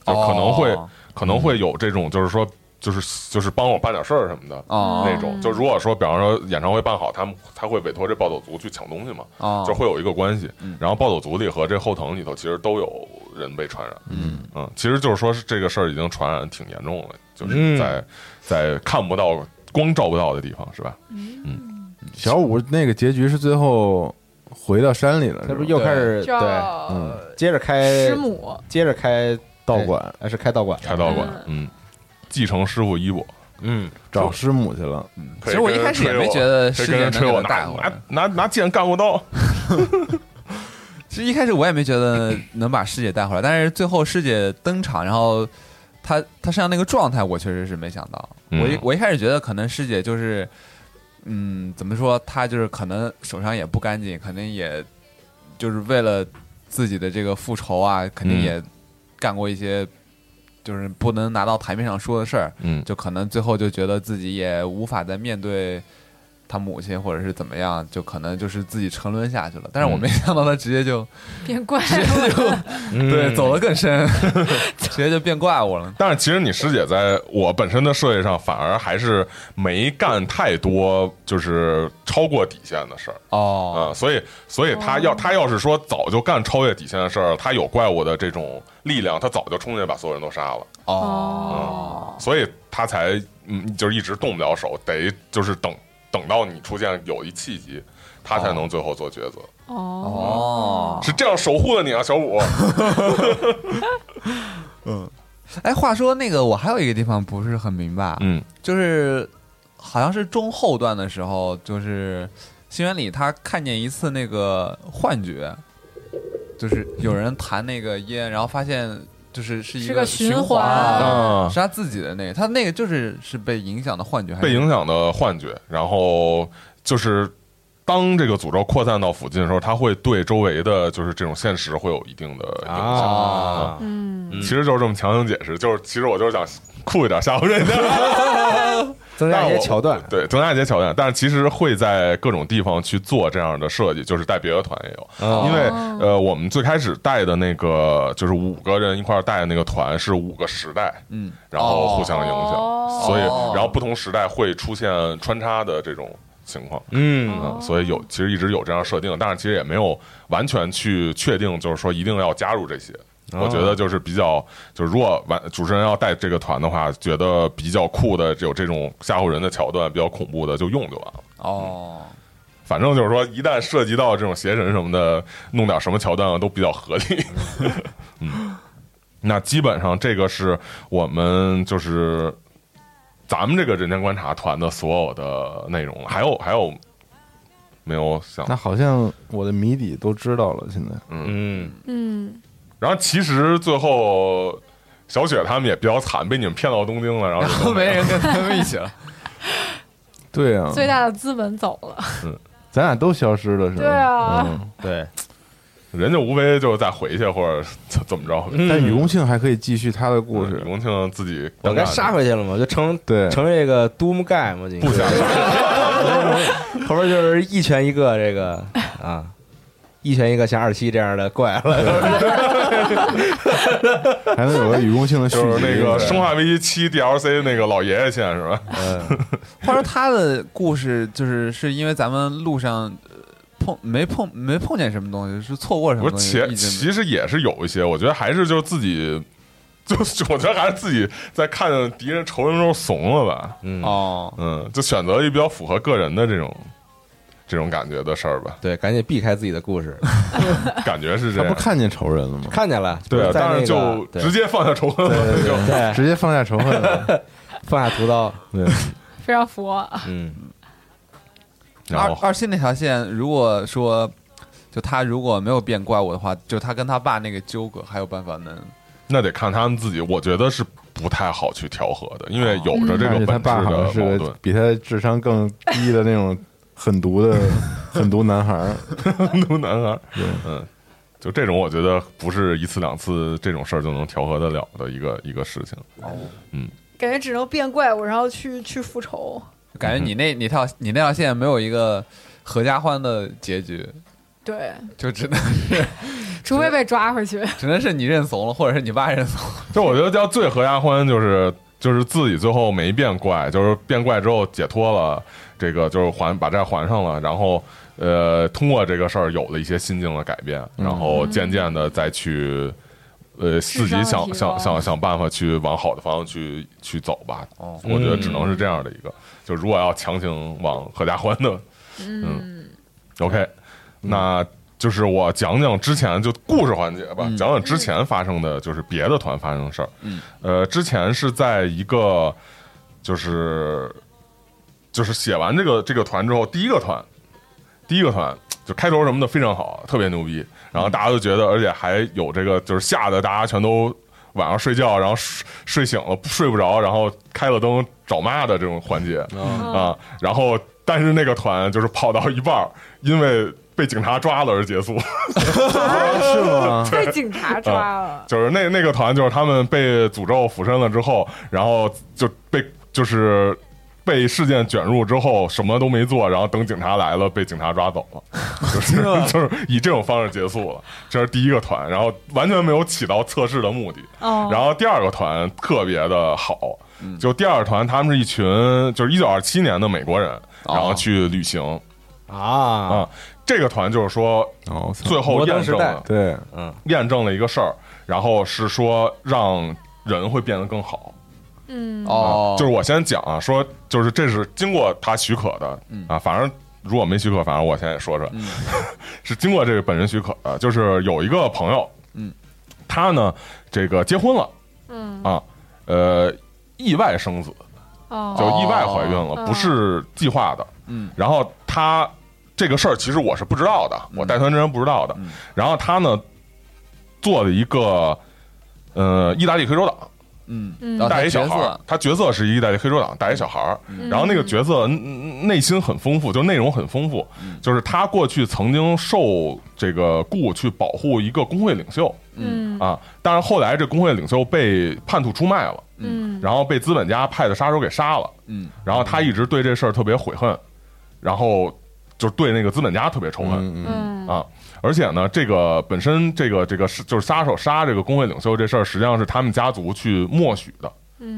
就可能会、
哦
可能会有这种，就是说，就是就是帮我办点事儿什么的。
哦
那种就如果说，比方说演唱会办好，他们他会委托这暴走族去抢东西嘛，
哦，
就会有一个关系
嗯。
然后暴走族里和这后藤里头，其实都有人被传染。
嗯
嗯，其实就是说是这个事儿已经传染挺严重了，就是
嗯
在在看不到光照不到的地方，是
嗯
吧？
嗯
小五那个结局是最后回到山里了，
这不
是
是
吧
又开始
叫呃
对，
嗯
接着
哎
开
师，母，
接着开
道馆
哎，是开道馆，
开道馆，嗯，继承师傅衣钵。
嗯，
找师母去了，
其实我一开始也没觉得师
谁
姐
跟人
能给
吹我拿
他带回来
拿。拿拿剑干过刀，
其实一开始我也没觉得能把师姐带回来，但是最后师姐登场，然后她她身上那个状态，我确实是没想到。
嗯
我一我一开始觉得可能师姐就是，嗯，怎么说，她就是可能手上也不干净，肯定也就是为了自己的这个复仇啊，肯定
嗯
也干过一些就是不能拿到台面上说的事儿，
嗯
就可能最后就觉得自己也无法再面对他母亲或者是怎么样，就可能就是自己沉沦下去了。但是我
嗯
没想到他直接就、
变怪
直接
了。
就、 对
嗯
走得更深，直接就变怪物了。
但是其实你师姐在我本身的设计上，反而还是没干太多，就是超过底线的事儿啊、
哦，
所以，所以她要她要是说早就干超越底线的事儿，她有怪物的这种力量，她早就冲进去把所有人都杀了，啊
哦，
所以她才嗯，就是一直动不了手，得就是等等到你出现有一契机，她才能最后做抉择，
哦，
哦，
是这样守护了你啊，小五。
哎，话说那个，我还有一个地方不是很明白，啊
嗯
就是好像是中后段的时候，就是新原里他看见一次那个幻觉，就是有人弹那个烟，然后发现就是是一
是个循
循
环
环
啊，
是他自己的那个，他那个就是是被影响的幻觉，还是
被影响的幻觉，然后就是当这个诅咒扩散到附近的时候，它会对周围的就是这种现实会有一定的影响。
啊，
嗯，
其实就是这么强行解释，就是其实我就是想酷一点吓唬人 家，
增加一些桥段，
对，增加一些桥段，但是其实会在各种地方去做这样的设计，就是带别的团也有，因为呃，我们最开始带的那个就是五个人一块儿带的那个团是五个时代，
嗯，
然后互相影响，
哦
所以
哦
然后不同时代会出现穿插的这种情况。
嗯
哦
嗯，所以有其实一直有这样设定，但是其实也没有完全去确定，就是说一定要加入这些。我觉得就是比较，就是如果完主持人要带这个团的话，觉得比较酷的有这种吓唬人的桥段，比较恐怖的就用就完了。
哦。
反正就是说，一旦涉及到这种邪神什么的，弄点什么桥段啊都比较合理。嗯， 那基本上这个是我们就是咱们这个人间观察团的所有的内容了。还有还有没有想
那好像我的谜底都知道了，现在
嗯
嗯
然后其实最后小雪他们也比较惨，被你们骗到东京了，然后
然
就
后
都
没
有
人跟他们一起了。
对
嗯
啊，
最大的资本走了，
咱俩都消失了是吧？
对啊
嗯
对，
人家无非就是再回去或者怎怎么着。
但雨公庆还可以继续他的故事
李，公庆自己
我该杀回去了嘛，就成
对
成这个 Doom Guy 嘛，就
不想
后边就是一拳一个这个啊，一拳一个像二七这样的怪了，
还能有个雨公庆的续集。
就是那个《
对
生化危机七》DLC 那个老爷爷线是吧？
嗯，
话说他的故事，就是是因为咱们路上呃碰没碰没碰见什么东西，是错过什么
不
东
是，其
西，一直
其实也是有一些，我觉得还是就是自己，就是我觉得还是自己在看敌人仇人的时候怂了吧，
没哦。
嗯，就选择一比较符合个人的这种这种感觉的事儿吧，
对，赶紧避开自己的故事，
感觉是
他
这
不
样。
看见仇人了吗？
看见了，
对，
在
但
那
是
个
就
对
直接放下仇恨了，就
对
直接放下仇恨了。
放下屠刀，
对，
非常佛。啊
嗯，
然
二
后
二七那条线，如果说就他如果没有变怪物的话，就他跟他爸那个纠葛还有办法能
那得看他们自己，我觉得是不太好去调和的，因为有着这
啊嗯而
个
且他
本质
爸好像
的
是
矛
个
盾。
比他智商更低的那种狠毒的狠毒男孩儿。
都男孩，嗯，就这种我觉得不是一次两次这种事儿就能调和得了的一个一个事情。
感觉只能变怪物，然后去去复仇。
感觉你那你条你那条线没有一个合家欢的结局，
对，
就只能
除非被抓回去。
只能是你认怂了，或者是你爸认怂。
就我觉得叫最合家欢，就是就是自己最后没变怪，就是变怪之后解脱了，这个就是还把债还上了，然后呃通过这个事儿有了一些心境的改变，然后渐渐的再去呃自己
嗯智商的提
想
高
想想想办法去往好的方向去去走吧。
哦
我觉得只
嗯
能是这样的一个，就如果要强行往合家欢的，嗯，OK，那。就是我讲讲之前就故事环节吧，讲讲之前发生的，就是别的团发生的事儿。呃，之前是在一个就是就是写完这个这个团之后，第一个团，第一个团就开头什么的非常好，特别牛逼，然后大家都觉得，而且还有这个就是吓得大家全都晚上睡觉，然后睡睡醒了睡不着，然后开了灯找妈的这种环节啊，然后但是那个团就是跑到一半儿，因为被警察抓了而结束。
是
啊
吗？
被警察抓了，
就是那那个团，就是他们被诅咒附身了之后，然后就被就是被事件卷入之后，什么都没做，然后等警察来了，被警察抓走了，就是就是以这种方式结束了。这是第一个团，然后完全没有起到测试的目的。
哦
啊然后第二个团特别的好，
嗯
就第二团他们是一群就是一九二七年的美国人，然后去旅行
哦啊，
啊。这个团就是说
哦，我操
最后
摩登
验证
时代
了。
对，
验证了一个事儿，然后是说让人会变得更好。
嗯，
哦，
就是我先讲啊，说就是这是经过他许可的、
嗯
啊，反正如果没许可，反正我先也说说， 是经过这个本人许可的。就是有一个朋友，
嗯，
他呢这个结婚了，
嗯
啊，呃，意外生子，
哦，
就意外怀孕了，
哦
不是计划的。
嗯，
然后他这个事儿其实我是不知道的，
嗯
我带团之前不知道的。然后他呢做了一个呃意大利黑手党，
嗯，
嗯
然后他
带一小
角
孩儿
色，
他角色是一意大利黑手党，带一小孩儿。然后那个角色嗯内心很丰富，就内容很丰富，就是他过去曾经受这个雇去保护一个工会领袖
嗯
啊，但是后来这工会领袖被叛徒出卖了。
嗯，
然后被资本家派的杀手给杀了。
嗯，
然后他一直对这事儿特别悔恨，然后就对那个资本家特别仇恨、
嗯嗯，
嗯
啊。而且呢，这个本身这个这个是就是杀手杀这个工会领袖这事儿，实际上是他们家族去默许的，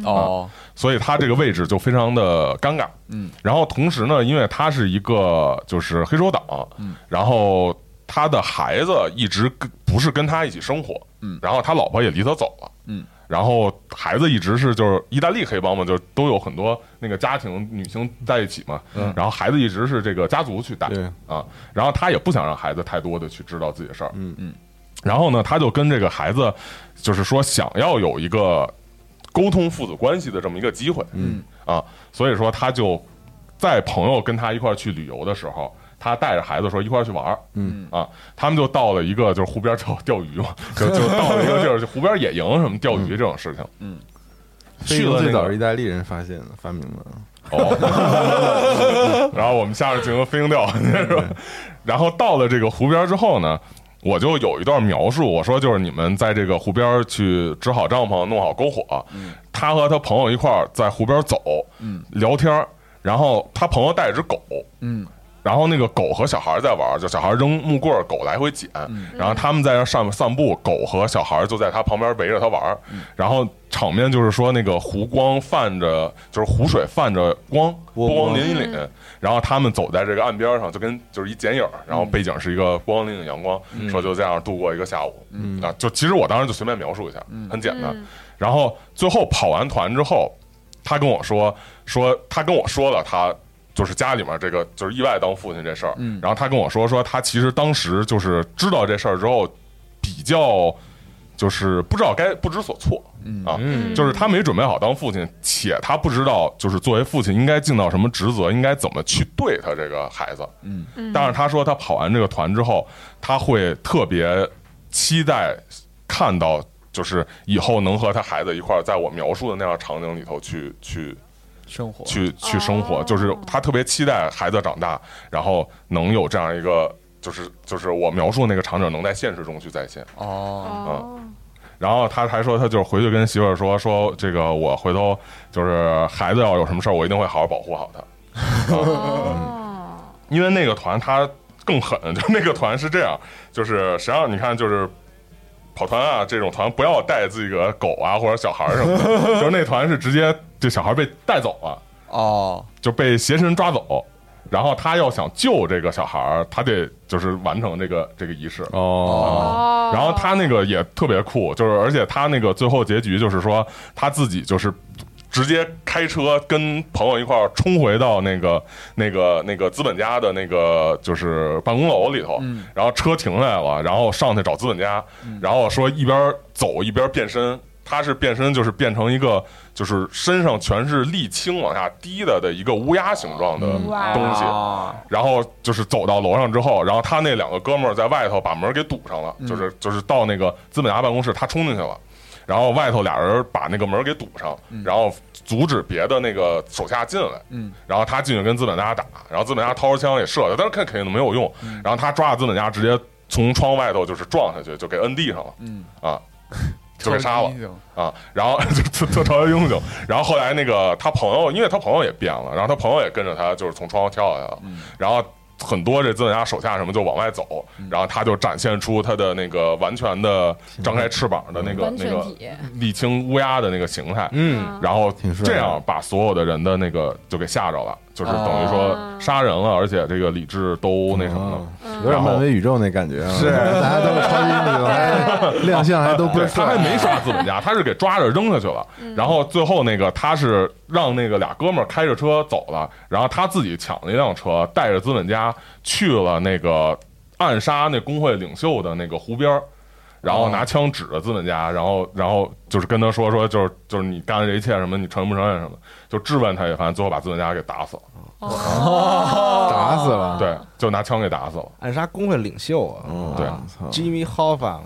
哦，
所以他这个位置就非常的尴尬。
嗯，
然后同时呢，因为他是一个就是黑手党，嗯，然后他的孩子一直跟不是跟他一起生活，
嗯
然后他老婆也离他走了，
嗯，
然后孩子一直是就是意大利黑帮嘛，就是都有很多那个家庭女性在一起嘛，嗯，然后孩子一直是这个家族去带，
对
啊，然后他也不想让孩子太多的去知道自己的事儿，嗯嗯，然后呢，他就跟这个孩子就是说想要有一个沟通父子关系的这么一个机会，嗯啊，所以说他就在朋友跟他一块儿去旅游的时候，他带着孩子说一块儿去玩儿，
嗯
啊，他们就到了一个就是湖边儿钓钓鱼嘛， 就就到了一个地儿，就湖边野营什么钓鱼这种事情。
嗯，
去了那
最早
个
是意大利人发现的，发明的。
哦，然后我们下面进行飞行钓，是吧然后到了这个湖边之后呢，我就有一段描述，我说就是你们在这个湖边去支好帐篷，弄好篝火，他和他朋友一块儿在湖边走，
嗯
聊天儿，然后他朋友带着只狗，
嗯
然后那个狗和小孩儿在玩儿，就小孩儿扔木棍儿，狗来回捡，然后他们在那上散步，狗和小孩儿就在他旁边围着他玩儿，然后场面就是说那个湖光泛着，就是湖水泛着光，
波
波光
光
粼粼，然后他们走在这个岸边儿上，就跟就是一剪影儿，然后背景是一个光粼粼阳光，说就这样度过一个下午，啊，就其实我当时就随便描述一下，很简单，然后最后跑完团之后，他跟我说说他跟我说了他。就是家里面这个就是意外当父亲这事儿，
嗯
然后他跟我说说他其实当时就是知道这事儿之后，比较就是不知道该不知所措，
嗯
啊，
嗯
就是他没准备好当父亲，且他不知道就是作为父亲应该尽到什么职责，应该怎么去对他这个孩子，
嗯
但是他说他跑完这个团之后，他会特别期待看到，就是以后能和他孩子一块儿在我描述的那样的场景里头去去
生活
去去生活，就是他特别期待孩子长大，然后能有这样一个。就是就是我描述那个场景能在现实中去再现，
哦，
哦，
然后他还说他就是回去跟媳妇儿说说这个我回头就是孩子要有什么事儿我一定会好好保护好他，
哦，
因为那个团他更狠，就是那个团是这样，就是谁让你看就是跑团啊这种团不要带自己的狗啊或者小孩儿什么的，就是那团是直接这小孩被带走了，
哦，
就被邪神抓走，然后他要想救这个小孩儿，他得就是完成这个这个仪式。
哦，
哦，
然后他那个也特别酷，就是而且他那个最后结局就是说他自己就是直接开车跟朋友一块儿冲回到那个那个那个资本家的那个就是办公楼里头，
嗯
然后车停下来了，然后上去找资本家，然后说一边走一边变身。他是变身，就是变成一个，就是身上全是沥青往下滴的的一个乌鸦形状的
嗯哇
东西，
哦
然后就是走到楼上之后，然后他那两个哥们儿在外头把门给堵上了，
嗯
就是就是到那个资本家办公室，他冲进去了，然后外头俩人把那个门给堵上，然后阻止别的那个手下进来，
嗯，
然后他进去跟资本家打，然后资本家掏出枪也射他，但是肯肯定没有用，
嗯
然后他抓着资本家直接从窗外头就是撞下去，就给摁地上了，
嗯
啊，就给杀
超
了
级英雄
啊，然后 就特特超级英雄。然后后来那个他朋友，因为他朋友也变了，然后他朋友也跟着他，就是从窗户跳下来了。
嗯
然后很多这资本家手下什么就往外走，
嗯
然后他就展现出他的那个完全的张开翅膀的那个
完
那
全
个
体
沥青乌鸦的那个形态。
嗯，
然后
嗯挺帅的
这样把所有的人的那个就给吓着了，就是等于说
哦
啊
杀人了，而且这个理智都那什么嗯了。
哦有点漫威宇宙那感觉啊！
是
大家都是超级英雄，还哎亮相还都不
对，
是
他还没抓资本家，他是给抓着扔下去了。然后最后那个他是让那个俩哥们儿开着车走了，然后他自己抢了一辆车，带着资本家去了那个暗杀那工会领袖的那个湖边儿。然后拿枪指着资本家，然后，然后就是跟他说说，就是就是你干的这一切什么，你承认不承认什么，就质问他一番，最后把资本家给打死了，
打死了。
对，就拿枪给打死了。
暗杀工会领袖
嗯
啊，
对
啊
操
，Jimmy Hoffa，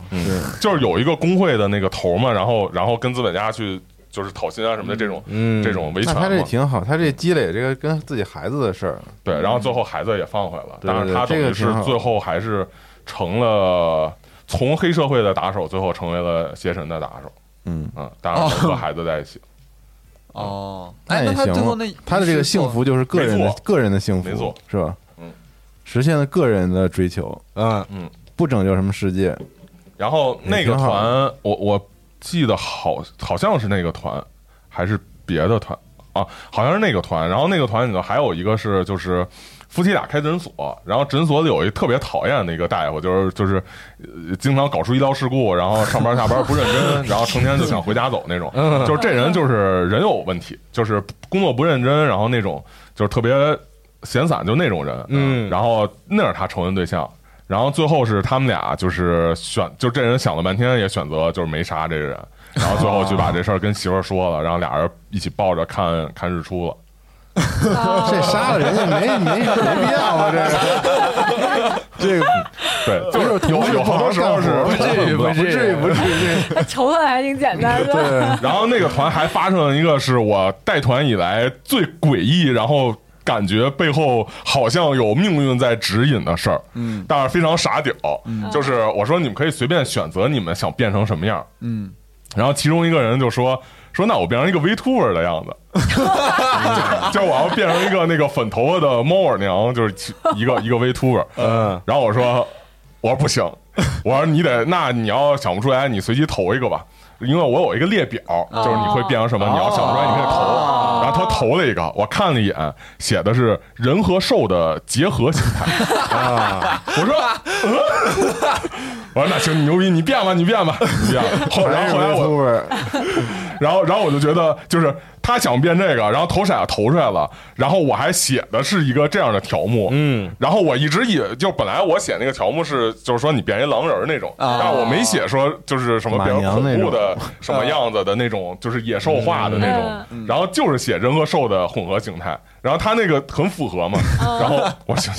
就是有一个工会的那个头儿嘛，然后，然后跟资本家去就是讨薪啊什么的这种，
嗯，
这种维
那
权嘛。
他这挺好，他这积累这个跟自己孩子的事儿，
对，然后最后孩子也放回来了，
嗯对对
但是
对
他等于
这个
是
挺好
最后还是成了从黑社会的打手，最后成为了邪神的打手，
嗯，
嗯，当然和孩子在一起，
哦，
那
哎，
也
那他
行
最后
啊
那。
他的这个幸福就是个人
没
的
错
个人的幸福，
没错，
是吧？
嗯，
实现了个人的追求，
嗯，
不拯救什么世界。
然后那个
也挺好
团，我我记得好好像是那个团，还是别的团啊，好像是那个团。然后那个团里头还有一个是就是夫妻俩开诊所，然后诊所里有一特别讨厌的一个大夫，就是就是、呃经常搞出医疗事故，然后上班下班不认真，然后成天就想回家走那种。就是这人就是人有问题，就是工作不认真，然后那种就是特别闲散，就那种人。
嗯
然后那是他仇人对象。然后最后是他们俩就是选，就这人想了半天也选择就是没杀这个人，
哦
然后最后就把这事儿跟媳妇儿说了，然后俩人一起抱着看看日出了。
啊
这杀了人家没没没必要啊，这个这 个
对，
不
就是是有
同事
有好多时候是
不至于不至于不至于，
仇恨还挺简单的。
对，
然后那个团还发生了一个是我带团以来最诡异，然后感觉背后好像有命运在指引的事儿，
嗯
但是非常傻屌。就是我说你们可以随便选择你们想变成什么样，
嗯，
然后其中一个人就说。说那我变成一个 Vtuber 的 样子，就是我要变成一个那个粉头发的猫耳娘，就是其一个一个 Vtuber。
嗯，
然后我说，我说不行，我说你得，那你要想不出来，你随机投一个吧，因为我有一个列表，就是你会变成什么，你要想不出来你可以投。然后他投了一个，我看了一眼，写的是人和兽的结合形态。啊，我说，嗯 我说那行，你牛逼，你变吧，你变吧，你变吧。后然后后来我，
我
然后，然后我就觉得，就是他想变这个，然后投骰子投出来了，然后我还写的是一个这样的条目，
嗯，
然后我一直以就本来我写那个条目是，就是说你变一狼人儿那种，但是我没写说就是什么
啊马
变成
娘
恐
那
怖
种嗯
的什么样子的那种，就是野兽化的那种，然后就是写人和兽的混合形态，然后他那个很符合嘛，
嗯
然后我就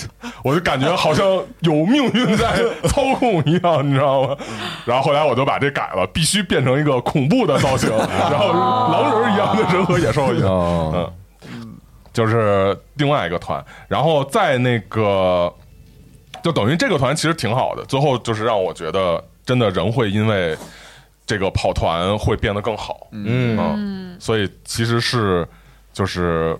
我就感觉好像有命运在操控一样，你知道吗？然后后来我就把这改了，必须变成一个恐怖的造型，然后狼人儿一样的人和野兽一样。
哦，
嗯，就是另外一个团，然后在那个，就等于这个团其实挺好的，最后就是让我觉得真的人会因为这个跑团会变得更好，
嗯，
嗯，所以其实是就是。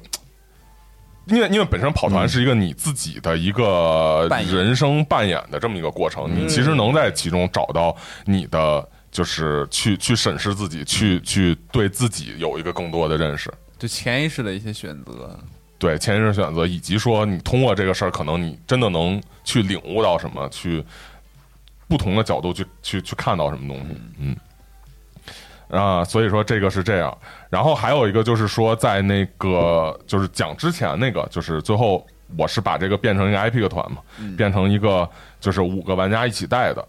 因为因为本身跑团是一个你自己的一个
嗯扮演嗯
人生扮演的这么一个过程，你其实能在其中找到你的，就是去去审视自己，去去对自己有一个更多的认识。
就潜意识的一些选择，
对潜意识选择，以及说你通过这个事儿，可能你真的能去领悟到什么，去不同的角度去去去看到什么东西，嗯。啊，所以说这个是这样，然后还有一个就是说，在那个就是讲之前那个，就是最后我是把这个变成一个 IP 的团嘛，变成一个就是五个玩家一起带的，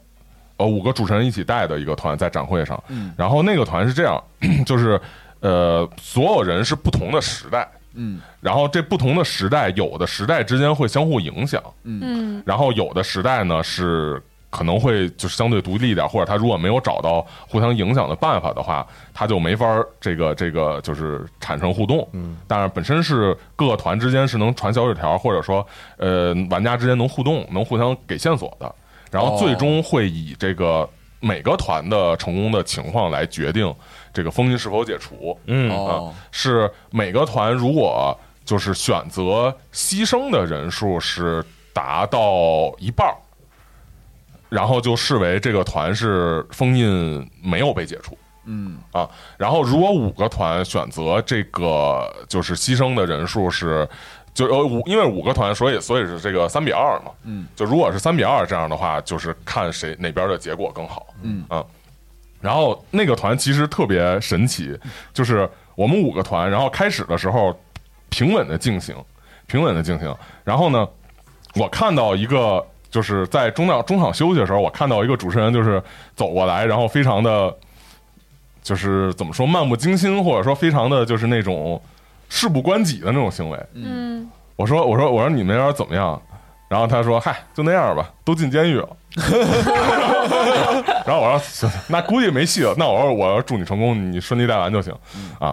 呃，五个主持人一起带的一个团在展会上，
嗯
然后那个团是这样， 就是呃，所有人是不同的时代，
嗯
然后这不同的时代，有的时代之间会相互影响，
嗯
然后有的时代呢是可能会就是相对独立一点，或者他如果没有找到互相影响的办法的话，他就没法儿这个这个就是产生互动。嗯，但是本身是各个团之间是能传小纸条，或者说呃玩家之间能互动，能互相给线索的，然后最终会以这个每个团的成功的情况来决定这个封印是否解除。
嗯
哦
是每个团如果就是选择牺牲的人数是达到一半儿，然后就视为这个团是封印没有被解除。
嗯
啊，然后如果五个团选择这个就是牺牲的人数是，就呃五，因为五个团，所以所以是这个三比二嘛，
嗯，
就如果是三比二这样的话，就是看谁哪边的结果更好，
嗯
啊，然后那个团其实特别神奇，就是我们五个团，然后开始的时候平稳的进行，平稳的进行，然后呢，我看到一个。就是在中场中场休息的时候，我看到一个主持人就是走过来，然后非常的就是怎么说漫不经心，或者说非常的就是那种事不关己的那种行为。
嗯，
我说我说我说你们那边怎么样？然后他说嗨，就那样吧，都进监狱了。 然后我说行那估计没戏了。那我说我要祝你成功，你顺利带完就行啊。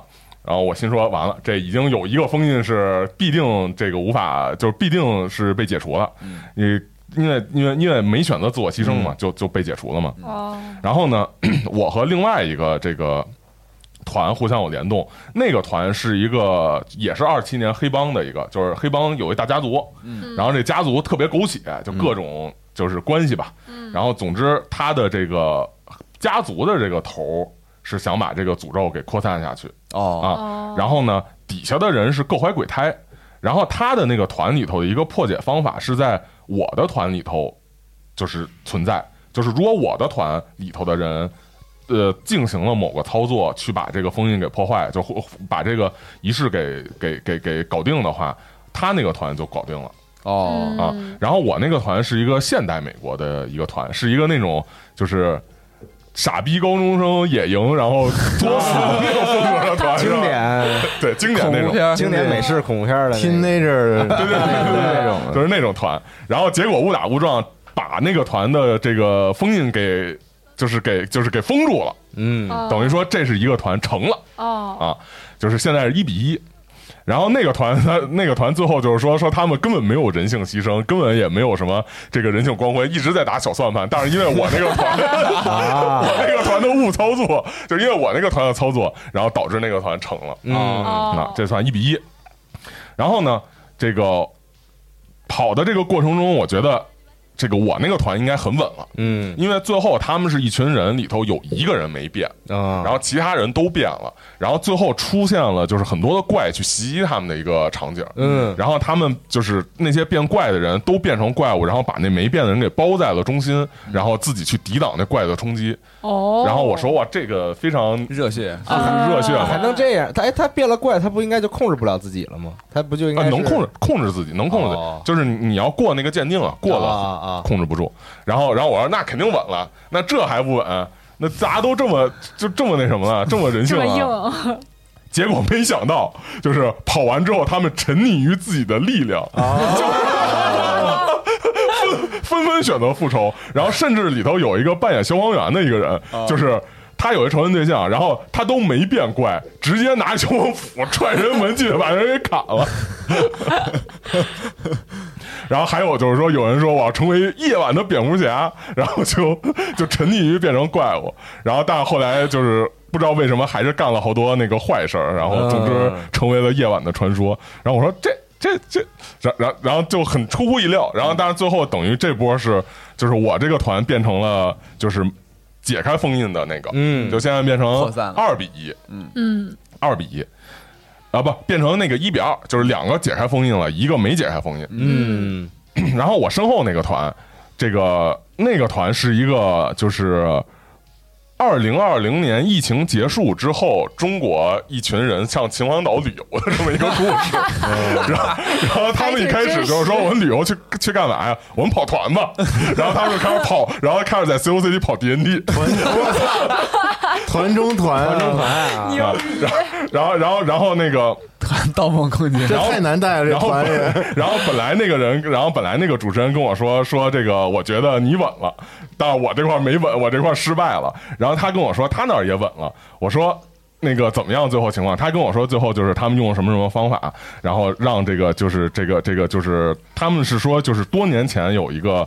然后我心说完了，这已经有一个封印是必定这个无法，就是必定是被解除了。你因为因为因为没选择自我牺牲嘛，就就被解除了嘛。
哦，
然后呢， 我和另外一个这个团互相有联动，那个团是一个也是二七年黑帮的一个，就是黑帮有一大家族，
嗯
然后这家族特别狗血，就各种就是关系吧，
嗯
然后总之他的这个家族的这个头儿是想把这个诅咒给扩散下去，
哦
啊
哦，
然后呢，底下的人是各怀鬼胎。然后他的那个团里头的一个破解方法是在我的团里头，就是存在，就是如果我的团里头的人，呃，进行了某个操作去把这个封印给破坏，就或把这个仪式给给给给搞定的话，他那个团就搞定了。
哦
啊
嗯，
然后我那个团是一个现代美国的一个团，是一个那 种就是傻逼高中生野营，然后作死的那种风格了，主要是
经典
对经典那
恐
种，
怖 片儿
经典美式恐怖片儿的那个
teenager
对对对对
那
对
种
就
的，
是那种团。然后结果误打误撞把那个团的这个封印给就是给就是给封住了，
嗯，
哦
啊等于说这是一个团成了。
哦，
啊，就是现在是一比一。然后那个团，他那个团最后就是说说他们根本没有人性牺牲，根本也没有什么这个人性光辉，一直在打小算盘。但是因为我那个团，
啊
我那个团的误操作，就是因为我那个团的操作，然后导致那个团成了。
嗯
啊
哦，
这算一比一。然后呢，这个跑的这个过程中，我觉得这个我那个团应该很稳了，
嗯
因为最后他们是一群人里头有一个人没变，
啊，
然后其他人都变了，然后最后出现了就是很多的怪去袭击他们的一个场景。
嗯
然后他们就是那些变怪的人都变成怪物，然后把那没变的人给包在了中心，然后自己去抵挡那怪的冲击。
哦，
然后我说哇，这个非常
热血，
很热血
还
嘛，
能这样？他哎，他变了怪，他不应该就控制不了自己了吗？他不就应该
啊，能
是
控制控制自己，能控制自己，
哦
就是你你要过那个鉴定啊，过了、
啊啊
控制不住。然后然后我说那肯定稳了，那这还不稳？那大家都这么就这么那 什么了，这么人性
这
了、
么硬，
结果没想到，就是跑完之后，他们沉溺于自己的力量，
哦
就是 纷纷纷选择复仇。然后甚至里头有一个扮演消防员的一个人，
哦
就是。他有一仇人对象，然后他都没变怪，直接拿消防斧踹人门进去，把人给砍了。然后还有就是说，有人说我要成为夜晚的蝙蝠侠，然后就 就沉溺于变成怪物，然后但是后来就是不知道为什么还是干了好多那个坏事儿，然后总之
嗯
成为了夜晚的传说。然后我说这这这，然然然后就很出乎意料，然后但是最后等于这波是就是我这个团变成了就是解开封印的那个，
嗯
就现在变成
扩散了
二比一，
嗯，
二比一。啊不，变成那个一比二，就是两个解开封印了，一个没解开封印。
嗯
然后我身后那个团，这个那个团是一个就是。二零二零年疫情结束之后，中国一群人上秦皇岛旅游的这么一个故事，然后然后他们一开始就是说我们旅游去去干嘛呀？ 我们跑团吧。然后他们就开始跑，然后开始在 COC 里跑 DND，
团中团啊，
啊，
然后然后然后然后那个
盗梦空间
这
然后
太难带了，这
然后
团也
本然后本来那个人，然后本来那个主持人跟我说说这个，我觉得你稳了，但是我这块没稳，我这块失败了。然后他跟我说他那儿也稳了，我说。那个怎么样？最后情况，他跟我说，最后就是他们用了什么什么方法，然后让这个就是这个这个就是他们是说就是多年前有一个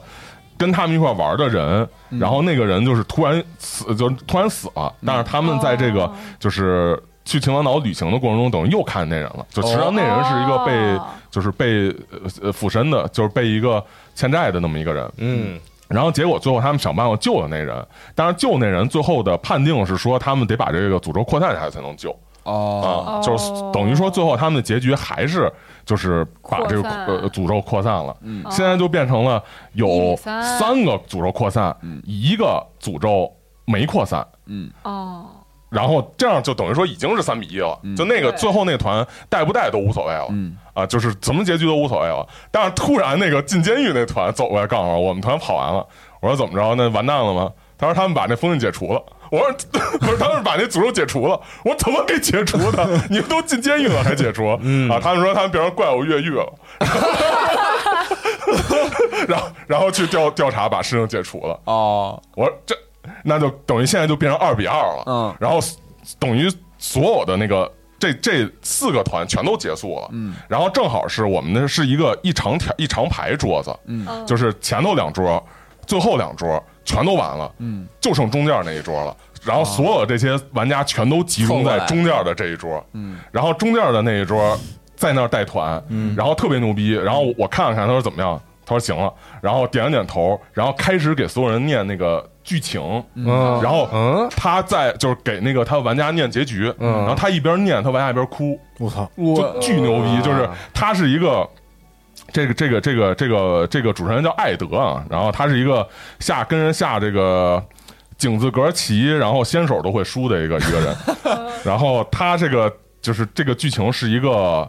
跟他们一块玩的人，然后那个人就是突然死，就突然死了，但是他们在这个
哦
就是去秦皇岛旅行的过程中，等于又看见那人了，就实际上那人是一个被
哦
就是被呃呃附身的，就是被一个欠债的那么一个人。
嗯
然后结果最后他们想办法救了那人，但是救那人最后的判定是说他们得把这个诅咒扩散下去才能救
哦，
啊，
哦
就是等于说最后他们的结局还是就是把这个
扩散
呃诅咒扩散了。
哦
嗯
现在就变成了
一
有
比三
三个诅咒扩散
嗯，
一个诅咒没扩散。
嗯，
哦，
然后这样就等于说已经是三比一了，
嗯
就那个
对
最后那团带不带都无所谓了，
嗯
啊，就是什么结局都无所谓了。但是突然那个进监狱那团走过来告诉我，我们团跑完了。我说怎么着？那完蛋了吗？他说他们把那封印解除了。我说 不是，他们把那诅咒解除了。我说怎么给解除 的？你们都进监狱了还解除？
嗯
啊，他们说他们变成怪物越狱 了。然后，然后去调调查，把事情解除了。
哦，
我说这那就等于现在就变成二比二了，
嗯
然后 s- 等于所有的那个这这四个团全都结束了，
嗯，
然后正好是我们那是一个一长条一长排桌子，
嗯
就是前头两桌，最后两桌全都完了，
嗯，
就剩中间那一桌了。然后所有这些玩家全都集中在中间的这一桌，
嗯，
然后中间的那一桌在那儿带团，嗯，然后特别牛逼。然后我看了看，他说怎么样？他说行了，然后点了点头，然后开始给所有人念那个剧情，
嗯，
然后
嗯
他在就是给那个他玩家念结局，
嗯
然后他一边念，他玩家一边哭，
我操，
就巨牛逼，就是他是一个。这个这个这个这个这个主持人叫艾德啊，然后他是一个下跟人下这个井字格棋，然后先手都会输的一个一个人。然后他这个就是这个剧情是一个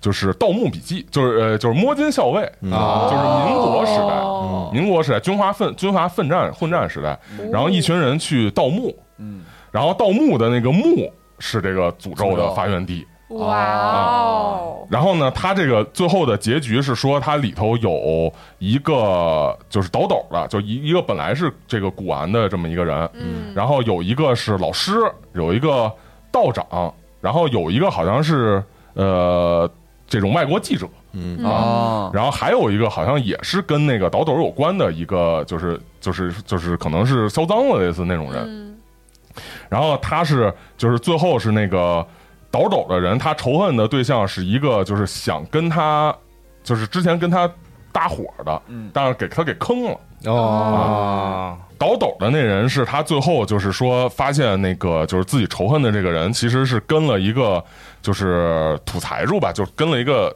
就是《盗墓笔记》，就是呃就是摸金校尉，
啊
就是民国时代，
哦
民国时代军阀奋军阀奋战混战时代，然后一群人去盗墓，
嗯，
然后盗墓的那个墓是这个诅咒的发源地。
嗯哇哦，
然后呢，它这个最后的结局是说，它里头有一个就是倒斗的，就一一个本来是这个古玩的这么一个人，
嗯，
然后有一个是老师，有一个道长，然后有一个好像是呃这种外国记者，
嗯
哦，
然后还有一个好像也是跟那个倒斗有关的一个，就是就是就是可能是销赃了类似那种人。
嗯
然后他是就是最后是那个倒斗的人，他仇恨的对象是一个就是想跟他就是之前跟他搭伙的，
嗯
但是给他给坑了。
啊
哦，
倒斗的那人是他最后就是说发现那个就是自己仇恨的这个人其实是跟了一个就是土财主吧，就是跟了一个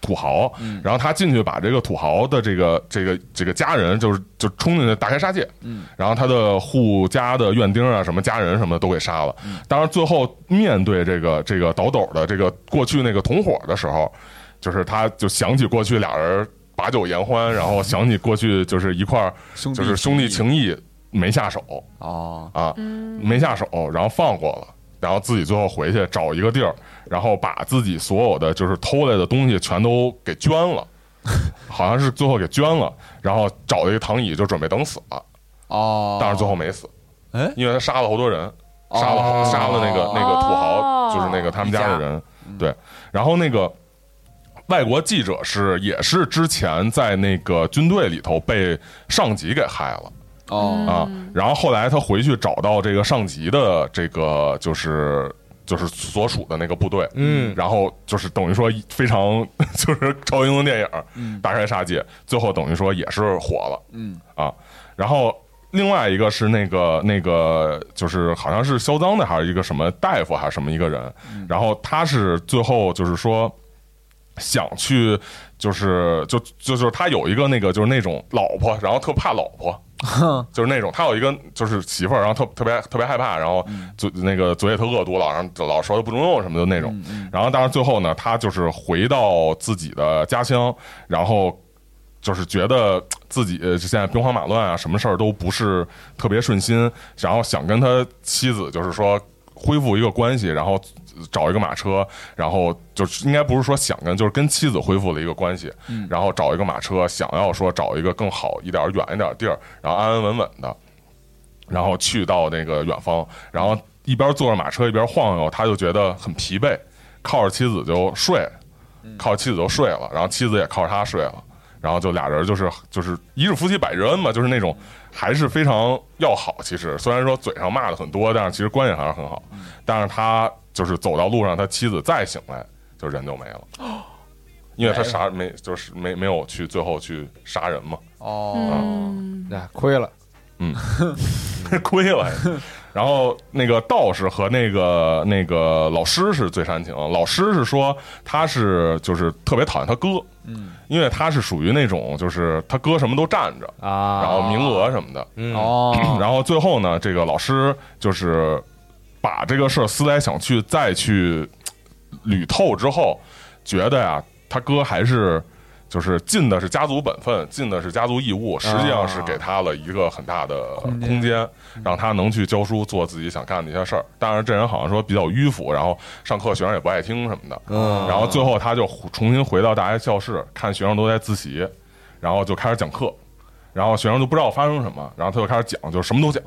土豪，
嗯
然后他进去把这个土豪的这个这个这个家人就是就冲进去大开杀戒，
嗯
然后他的护家的院丁啊什么家人什么的都给杀了。当然最后面对这个这个倒斗的这个过去那个同伙的时候，就是他就想起过去俩人把酒言欢，然后想起过去就是一块儿。
兄
就是兄弟情谊没下手
哦，
啊，
嗯
没下手，然后放过了，然后自己最后回去找一个地儿，然后把自己所有的就是偷来的东西全都给捐了， 好像是最后给捐了，然后找了一个躺椅就准备等死了，
哦，
但是最后没死，
哎
因为他杀了好多人，杀了好
哦
杀了那个那个土
哦
豪，就是那个他们家的人，
嗯
对，然后那个。外国记者是也是之前在那个军队里头被上级给害了，
哦，
啊，然后后来他回去找到这个上级的这个就是就是所属的那个部队，
嗯，
然后就是等于说非常 就是超英雄电影儿
嗯
大开杀戒，最后等于说也是火了，
嗯
啊，然后。另外一个是那个那个，就是好像是销赃的，还是一个什么大夫，还是什么一个人。然后他是最后就是说想去，就是就就就是他有一个那个就是那种老婆，然后特怕老婆，就是那种他有一个就是媳妇儿，然后特特别特别害怕，然后嘴那个嘴也特恶毒，老让老说他不中用什么的那种。然后但是最后呢，他就是回到自己的家乡，然后就是觉得自己呃现在兵荒马乱啊，什么事儿都不是特别顺心，然后想跟他妻子就是说恢复一个关系，然后找一个马车，然后就是应该不是说想跟，就是跟妻子恢复了一个关系，然后找一个马车，想要说找一个更好一点儿、远一点儿地儿，然后安安稳稳的，然后去到那个远方，然后一边坐着马车一边晃悠，他就觉得很疲惫，靠着妻子就睡，靠着妻子就睡了，然后妻子也靠着他睡了，然后就俩人就是就是一日夫妻百日恩嘛，就是那种还是非常要好。其实虽然说嘴上骂的很多，但是其实关系还是很好。但是他就是走到路上，他妻子再醒来，就人就没了。因为他杀没就是没没有去最后去杀人嘛，
哦，
嗯，
那亏了，
亏了。然后那个道士和那个那个老师是最煽情，老师是说他是就是特别讨厌他哥，
嗯，
因为他是属于那种就是他哥什么都占着，
啊，
然后名额什么的，
嗯，
哦，
然后最后呢，这个老师就是把这个事儿思来想去，再去呃捋透之后，觉得呀、他哥还是就是尽的是家族本分，尽的是家族义务，实际上是给他了一个很大的
空间
空间，让他能去教书，做自己想干的一些事儿。当然，这人好像说比较迂腐，然后上课学生也不爱听什么的。
嗯，
然后最后他就重新回到大学教室，看学生都在自习，然后就开始讲课，然后学生就不知道发生什么，然后他就开始讲，就什么都讲，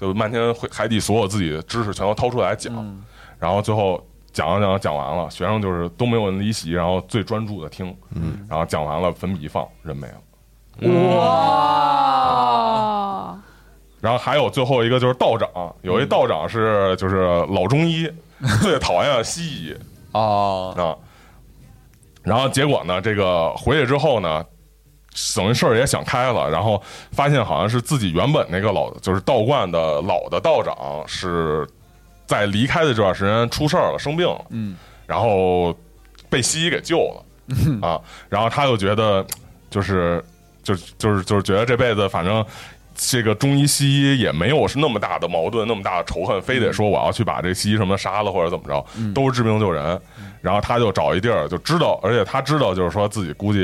就漫天海底所有自己的知识全都掏出来讲，然后最后讲着讲着讲完了，学生就是都没有人离席，然后最专注的听，嗯，然后讲完了粉笔一放，人没了。
哦哇，
然后还有最后一个就是道长，有一道长是就是老中医，最讨厌西医，
哦，
啊。然后结果呢，这个回去之后呢，等于事儿也想开了，然后发现好像是自己原本那个老就是道观的老的道长是在离开的这段时间出事儿了，生病了，
嗯，
然后被西医给救了、啊，然后他就觉得就是就就是就是觉得这辈子反正。这个中医西医也没有是那么大的矛盾，那么大的仇恨，非得说我要去把这西医什么杀了或者怎么着，都是治病救人。然后他就找一地儿，就知道，而且他知道就是说自己估计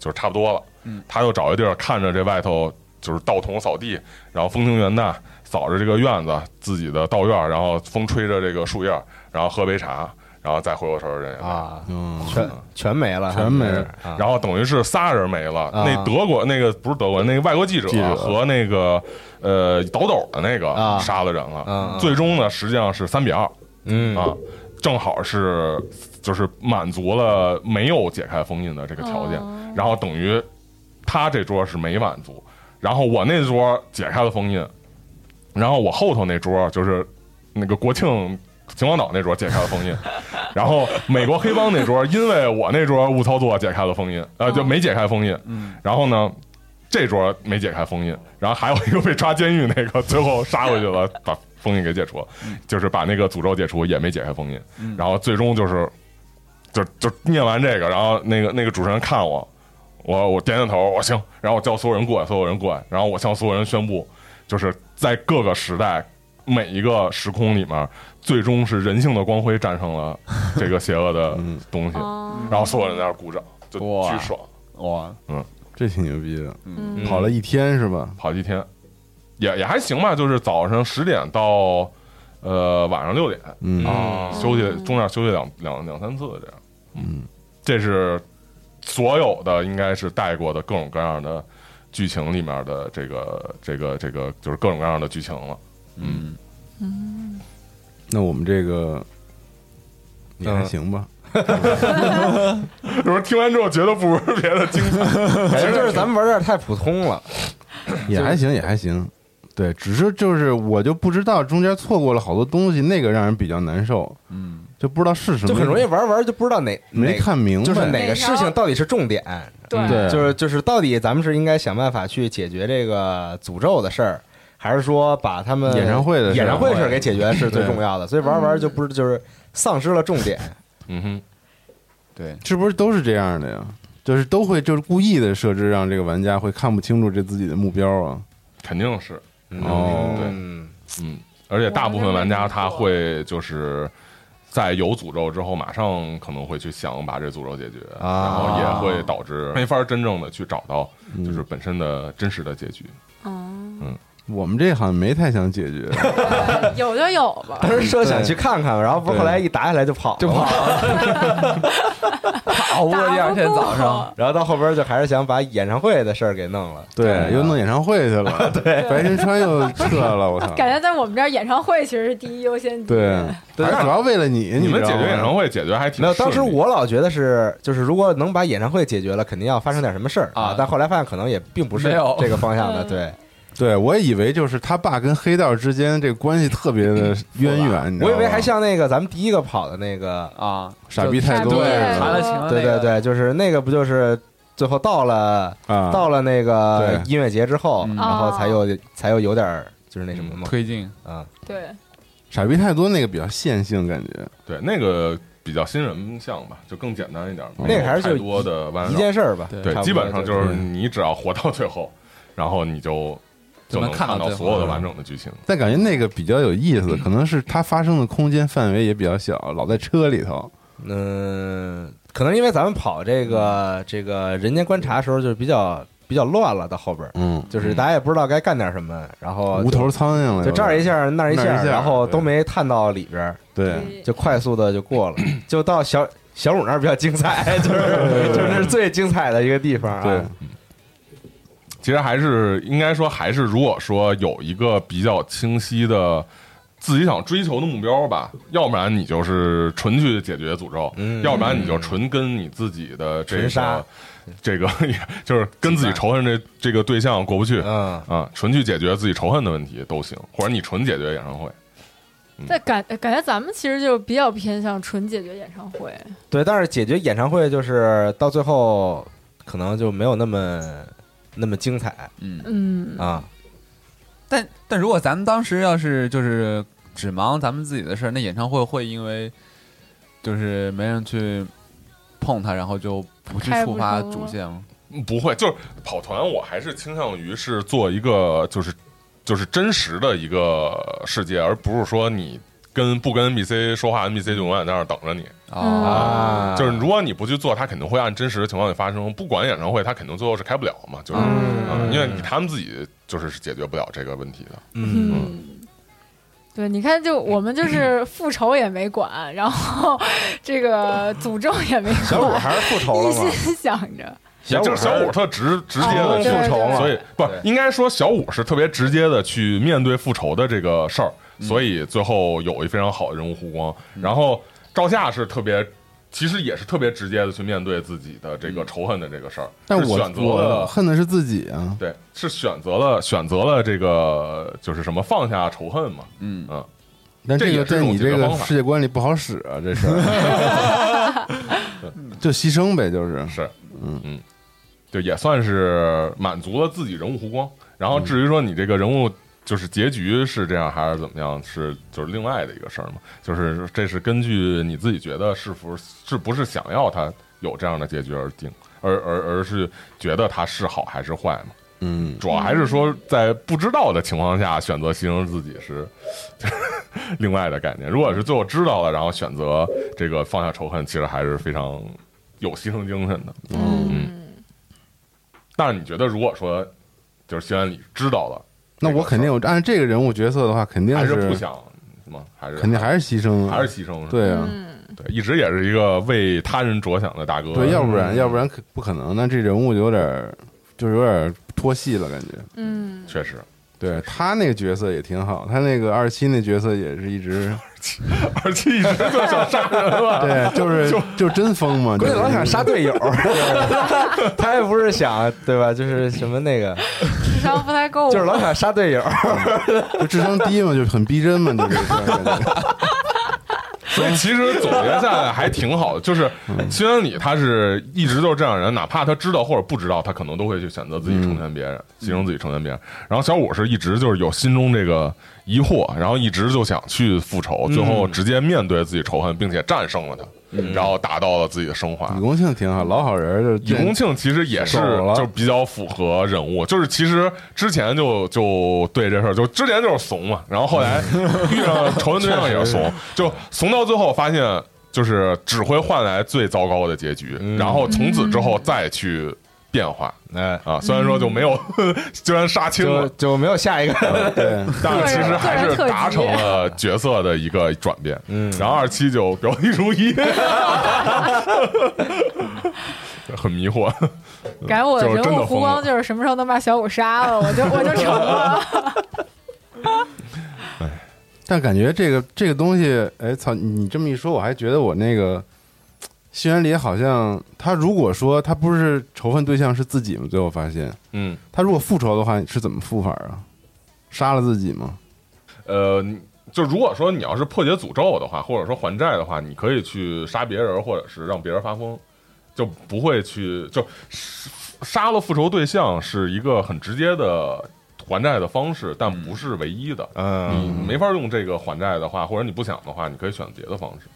就是差不多了，他就找一地儿看着这外头就是倒桶扫地，然后风清云淡扫着这个院子自己的道院，然后风吹着这个树叶，然后喝杯茶，然后再回过头儿人家。
啊，
嗯，
全全没了，
全没
了
了。
啊
然后等于是仨人没了，
啊
那德国那个不是德国那个外国记者
记者
和那个呃倒斗的那个
啊
杀了人了，
啊
最终呢实际上是三比二
嗯
啊，正好是就是满足了没有解开封印的这个条件，
哦
然后等于他这桌是没满足，然后我那桌解开了封印，然后我后头那桌就是那个国庆。秦皇岛那桌解开了封印，然后美国黑帮那桌，因为我那桌误操作解开了封印，呃，就没解开封印。
嗯，
然后呢，这桌没解开封印，然后还有一个被抓监狱那个，最后杀回去了，把封印给解除了，就是把那个诅咒解除，也没解开封印。
嗯
然后最终就是，就就念完这个，然后那个那个主持人看我，我我点点头，我行，然后我叫所有人过来，所有人过来，然后我向所有人宣布，就是在各个时代。每一个时空里面，最终是人性的光辉战胜了这个邪恶的
嗯
东西，
哦
然后所有人在那儿鼓掌，就
哇
巨爽，
哇，
这挺牛逼的，
嗯
跑了一天是吧？
跑几天，也也还行吧，就是早上十点到呃晚上六点
嗯
啊，休息中间休息两两两三次这样，
嗯，
这是所有的应该是带过的各种各样的剧情里面的这个这个这个就是各种各样的剧情了。
嗯，
那我们这个也还行吧，
有人听完之后觉得不如别的精彩，
感觉就是咱们玩这儿太普通了，
也还行，也还行。对，只是就是我就不知道中间错过了好多东西，那个让人比较难受，
嗯，
就不知道是什么，
就很容易玩玩就不知道哪
没
哪
看明白，
就是哪个
哪
事
条
情到底是重点，嗯
对
对
就是就是到底咱们是应该想办法去解决这个诅咒的事儿，还是说把他们
演唱会的事儿
演唱会的事儿给解决是最
对
重
嗯
要的？所以玩玩就不是就是丧失了重点，
嗯哼，
对，
是不是都是这样的呀？就是都会就是故意的设置，让这个玩家会看不清楚这自己的目标啊。
肯定是，
哦
嗯，
嗯，而且大部分玩家他会就是。在有诅咒之后，马上可能会去想把这诅咒解决，
啊
然后也会导致没法真正的去找到
嗯
就是本身的真实的结局。
嗯
我们这好像没太想解决，
有就有吧。
当时说想去看看，然后不是后来一打下来就跑了，就跑，
熬不过啊第二天早上，
然后到后边就还是想把演唱会的事儿给弄了，嗯
对，又弄演唱会去了，对，白金川又撤了，我操，
感觉在我们这儿演唱会其实是第一优先级。哦
对，
对
还主要为了你，
你
你
们
知
解
道吗
决演唱会解决还挺
没有，嗯当时
顺利
我老觉得是，就是如果能把演唱会解决了，肯定要发生点什么事儿
啊
但后来发现可能也并不是
没有
这个方 向的，
嗯
对，
对我以为就是他爸跟黑道之间这个关系特别的渊源，你知道
我以
吗
为还像那个咱们第一个跑的那个，
啊，
傻逼太多
对
对，
傻
弹
逼
了琴了，
对对，对，就是那个不就是最后到了
啊，
到了那个
对
音乐节之后，
嗯
然后才又才又有点儿就是那什么嘛
推进，
啊，
对，
傻逼太多那个比较线性感觉，
对那个比较新人像吧，就更简单一点，
那
没有
个还是
太
就
多的弯
一
绕。
件事儿吧，
对
嗯对
差，不多
基本上就是
对
你只要活到最后，然后你就就
就能
能
看到
看到
最后
所有的完整的剧情。
但感觉那个比较有意思，可能是它发生的空间范围也比较小，老在车里头，
嗯，可能因为咱们跑这
嗯
个这个人间观察的时候就比较比较乱了，到后边儿
嗯，
就是大家也不知道该干点什么，然后
无头苍蝇了，
就这儿一下那儿一
那儿一
下，
下
然后
对
都没探到里边儿，
对，
就快速的就过了，
嗯
就到小小五那儿比较精彩， 就是就是那是最精彩的一个地方啊。
对，
其实还是应该说，还是如果说有一个比较清晰的自己想追求的目标吧，要不然你就是纯去解决诅咒，
嗯
要不然你就纯跟你自己的这
纯杀
个这个， 就是跟自己仇恨这这个对象过不去。
嗯，
啊，纯去解决自己仇恨的问题都行，或者你纯解决演唱会。
但感呃感觉咱们其实就比较偏向纯解决演唱会，
对，但是解决演唱会就是到最后可能就没有那么那么精彩
嗯，
嗯，
啊。
但但如果咱们当时要是就是只忙咱们自己的事儿，那演唱会会因为就是没人去碰它，然后就不去
开不
触发
成
主线吗？
嗯不会，就是跑团，我还是倾向于是做一个就是就是真实的一个世界，而不是说你跟不跟 NPC 说话，NPC 就永远在那儿等着你。
嗯
啊，
啊，
就是如果你不去做，他肯定会按真实的情况去发生。不管演唱会，他肯定最后是开不了嘛，就是、嗯因为你他们自己就是是解决不了这个问题的。
嗯，
嗯，对，你看，就我们就是复仇也没管，然后这个诅咒也没
小五
管，
还是复仇
一
了吗？
心想着，
小五
就是小
还是
五特直直接的
哦
去
对对对
所以不
啊对
应该说小五是特别直接的去面对复仇的这个事儿，
嗯
所以最后有一非常好的人物弧光。然后赵夏是特别，其实也是特别直接的去面对自己的
嗯
这个仇恨的这个事儿，
但
是
我
选择
我
了。
恨的是自己啊，
对，是选择了选择了这个就是什么放下仇恨嘛，
嗯
嗯，
但
这
这
也
个
是一
在
种
你
解决
这个
方法
世界观里不好使啊，这事 儿就牺牲呗，就是
是，嗯嗯，就也算是满足了自己人物弧光。然后至于说你这个人物就是结局是这样还是怎么样，是就是另外的一个事儿嘛。就是这是根据你自己觉得是否是不是想要他有这样的结局而定，而而而是觉得他是好还是坏嘛。
嗯，
主要还是说在不知道的情况下选择牺牲自己是 另外的概念。如果是最后知道了，然后选择这个放下仇恨，其实还是非常有牺牲精神的。
哦
嗯，
但是你觉得，如果说就是西安里知道了，
那我肯定有按这个人物角色的话，肯定
还
是
是不想吗？还是
肯定还是牺牲啊，
还是牺牲？
对
嗯
啊，
对，一直也是一个为他人着想的大哥。嗯
对，要不然要不然可不可能，那这人物就有点儿就是有点儿脱戏了，感觉。
嗯，
确实，
对他那个角色也挺好，他那个二七那角色也是一直
而且一直就想杀人了。
对， 就是就真疯嘛，就
关
是
键老想杀队友， 他也不是想对吧？就是什么那个，
智商不太够，
就是老想杀队
哦
友。
就智商低嘛，就很逼真嘛，就是这种感觉。
所以其实总结下来还挺好的，就是西安里他是一直都是这样的人，哪怕他知道或者不知道，他可能都会去选择自己成全别人，牺牲自己成全别人。然后小五是一直就是有心中这个疑惑，然后一直就想去复仇，最后直接面对自己仇恨，并且战胜了他，然后达到了自己的升华
李。公庆挺好，老好人儿
尹
就
公庆其实也是
走了
就比较符合人物，就是其实之前就就对这事儿，就之前就是怂嘛，然后后来遇上仇人对象也是怂，就怂到最后发现就是只会换来最糟糕的结局，然后从此之后再去变化
哎，
啊，虽然说就没有， 虽然杀青
就
了，哦
就没有下一个。
对，
但是其实还是达成了角色的一个转变。
嗯
然后二七就表里如一， 很迷惑。
改我
就是
人
真的
物
疯
弧
了
光就是什么时候能把小五杀了，我就 我就成了，
但感觉这个这个东西，哎操！你这么一说，我还觉得我那个西园里好像他如果说他不是仇恨对象是自己吗？最后发现
嗯，
他如果复仇的话是怎么复法啊？杀了自己吗？
呃，你就如果说你要是破解诅咒的话，或者说还债的话，你可以去杀别人，或者是让别人发疯，就不会去就杀了复仇对象是一个很直接的还债的方式，但不是唯一的。
嗯，
你没法用这个还债的话，或者你不想的话，你可以选别的方式。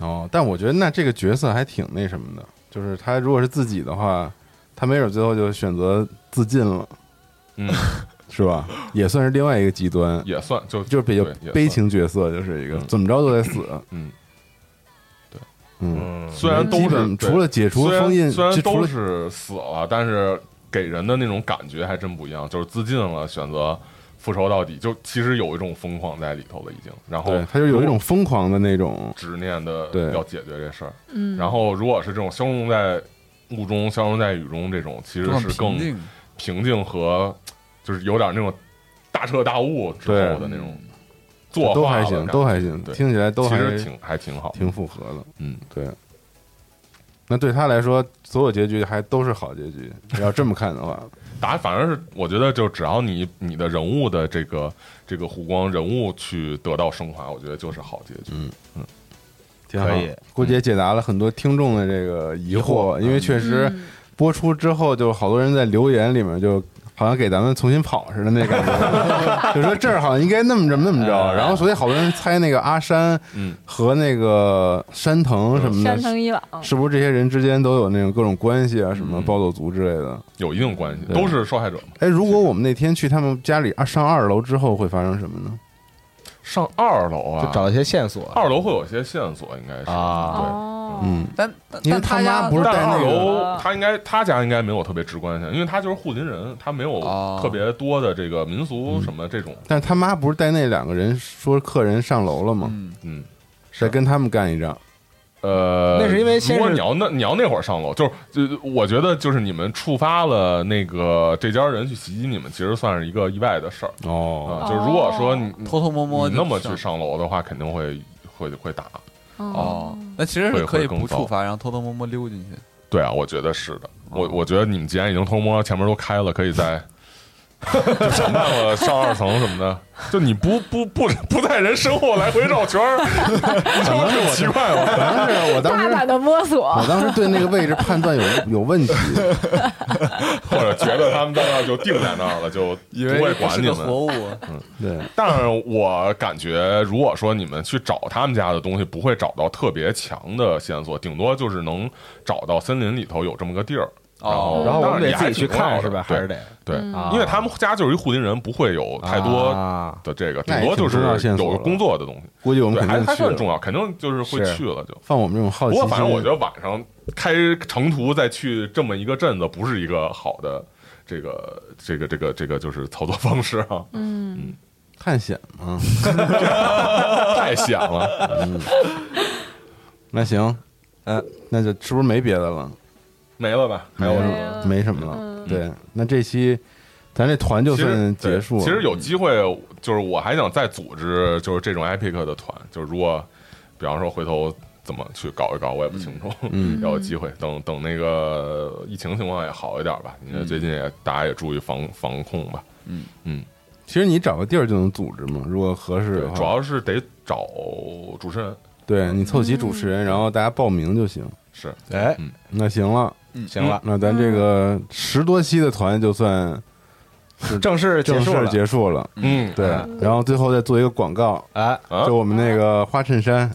哦，但我觉得那这个角色还挺那什么的，就是他如果是自己的话，他没准最后就选择自尽了，
嗯，
是吧？也算是另外一个极端，
也算就
就是比较
对也
悲
算
情角色，就是一个
嗯
怎么着都得死，
嗯，
嗯，
虽然都
基
是
本除了解除
虽然
封印，
虽然
就除
都
了
是死了，但是给人的那种感觉还真不一样，就是自尽了，选择复仇到底，就其实有一种疯狂在里头了已经。然后
对，他就有一种疯狂的那种，
执念的
对
要解决这事儿。
嗯，
然后如果是这种消融在雾中、消融在雨中这种，其实
都很
是更
平静，
平静和就是有点那种大彻大悟之后的那种作
嗯都
画
还
的
行，
感觉
都还行，
对
听起来都
其
还
实挺还挺好的。
挺符合的，
嗯，
对。那对他来说，所有结局还都是好结 局。要这么看的话，
打，反正是我觉得，就只要你你的人物的这个这个弧光人物去得到升华，我觉得就是好结
嗯
局。
挺好
可以。
郭姐解答了很多听众的这个疑惑，因为确实
嗯
播出之后，就好多人在留言里面就。好像给咱们重新跑似的那感觉，就说这儿好像应该那么着那么着，然后所以好多人猜那个阿山
嗯，
和那个山藤什么的
嗯山，藤伊朗，
是不是这些人之间都有那种各种关系啊，什么暴走族之类的？
有一定关系，
对
都是受害者嘛。
哎，如果我们那天去他们家里啊，上二楼之后会发生什么呢？
上二楼
就
啊，
找一些线索
二楼会有些线索，应该是
啊
哦，
嗯，
但但
因为
但
他妈
家
不是
但
带那
二
个，
楼他应该他家应该没有特别直观性，因为他就是护林人，他没有
哦
特别多的这个民
嗯
俗什么这种，
但是他妈不是带那两个人说客人上楼了吗？
嗯
嗯。
再跟他们干一仗，
呃，
那是因为先
如果
是
你要那你要那会儿上楼，就是就我觉得就是你们触发了那个这家人去袭击你们，其实算是一个意外的事儿
哦，
啊、就是如果说你
偷偷摸摸
你
就
那么去上楼的话，肯定会会会打。
哦，那其实
会
是可以
会更
不
糟
触发，然后偷偷摸摸溜进去。
对啊，我觉得是的。我
嗯
我觉得你们既然已经偷摸前面都开了，可以 再就想办法上二层什么的。就你不不不不在人身后来回绕圈 儿，你知道吗挺奇怪吗？
反正是我当
大
时
胆的摸索，
我当时对那个位置判断有有问题，
或者觉得他们在那儿就定在那儿了，就
以
不会管
是
你
个
们。
活物，
对，
但是我感觉，如果说你们去找他们家的东西，不会找到特别强的线索，顶多就是能找到森林里头有这么个地儿。然后
哦，
然后我们
当然
得
也
自己去看
还挺重要的
是吧？
对
还是得
对，
啊
因为他们家就是一护林人，不会有太多
啊
的这个，
那
顶
也
多就是
挺重要线索
有个
了
工作的东西。
估计我们
对，
肯
还
定
还
去
算重
了。
要，肯定就是会
是
去了就。
放我们这种
哦
好
不
奇心，
过反正我觉得晚上开长途再去这么一个镇子，不是一个好的这个这个这个这个就是操作方式啊，
嗯，
探险嘛。
太险了。
那行，呃，那就是不是没别的了？
没了吧？还有什
没
么？
了没什么了。
嗯
对，那这期咱这团就
其实
算
对
结束了。嗯
其实有机会，就是我还想再组织就是这种 epic 的团，就是如果比方说回头怎么去搞一搞，我也不清楚。
嗯
要有机会，等等那个疫情情况也好一点吧。你看
嗯
最近也大家也注意防防控吧。
其实你找个地儿就能组织嘛，如果合适
对
的，话。
主要是得找主持人。
对你凑齐主持人，然后大家报名就行。
是
哎
嗯
那行了，
行了，
那咱这个十多期的团就算
正式结
正
束了
式结束了。
嗯，
对，然后最后再做一个广告，
哎
啊
就我们那个花衬衫，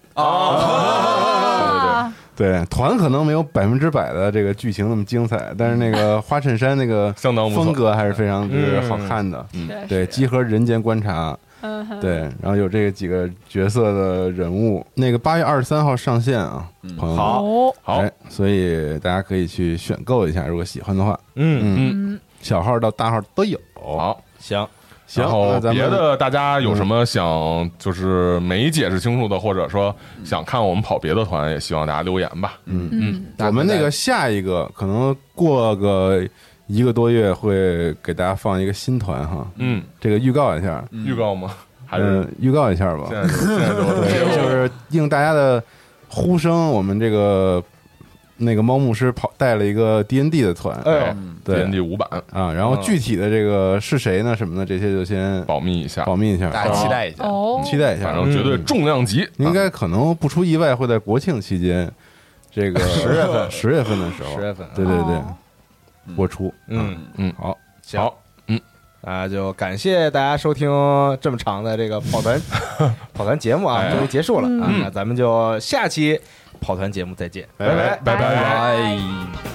啊，
对团可能没有百分之百的这个剧情那么精彩，但是那 个花衬衫那个
相当不错
风格还是非常就是
嗯
好看的。
对
对，，集合人间观察，
嗯哼，
对，然后有这几个角色的人物，那个八月二十三号上线啊，朋友们，
哦，
嗯好，
哎，所以大家可以去选购一下，如果喜欢的话，
嗯嗯，
嗯，
小号到大号都有。
好。
行，
行，那
然后
咱
别
们嗯
的大家有什么想就是没解释清楚的，或者说想看我们跑别的团，也希望大家留言吧。
嗯，
我们那个下一个可能过个一个多月会给大家放一个新团哈，
嗯，
这个预告一下，
预告吗？还是
嗯，预告一下吧
现，在就现在就
对，就是应大家的呼声，我们这个那个猫牧师跑带了一个 D N D 的团，
哎
对
D N D 五版
啊，然后具体的这个是谁呢什么的，这些就先
保密一下，
保密一下，
大家期待一下。
哦，
期待一下
嗯反，正绝对
嗯
重量级，啊
应该可能不出意外会在国庆期间，这个十
月份
十月份的时候，
十月份
对对对
哦，
播出，
嗯，
嗯，
好，
行
好，
啊，就感谢大家收听这么长的这个跑 团跑团节目啊，
哎
终于结束了啊，
嗯
那咱们就下期跑团节目再见，拜
拜
拜
拜拜
拜。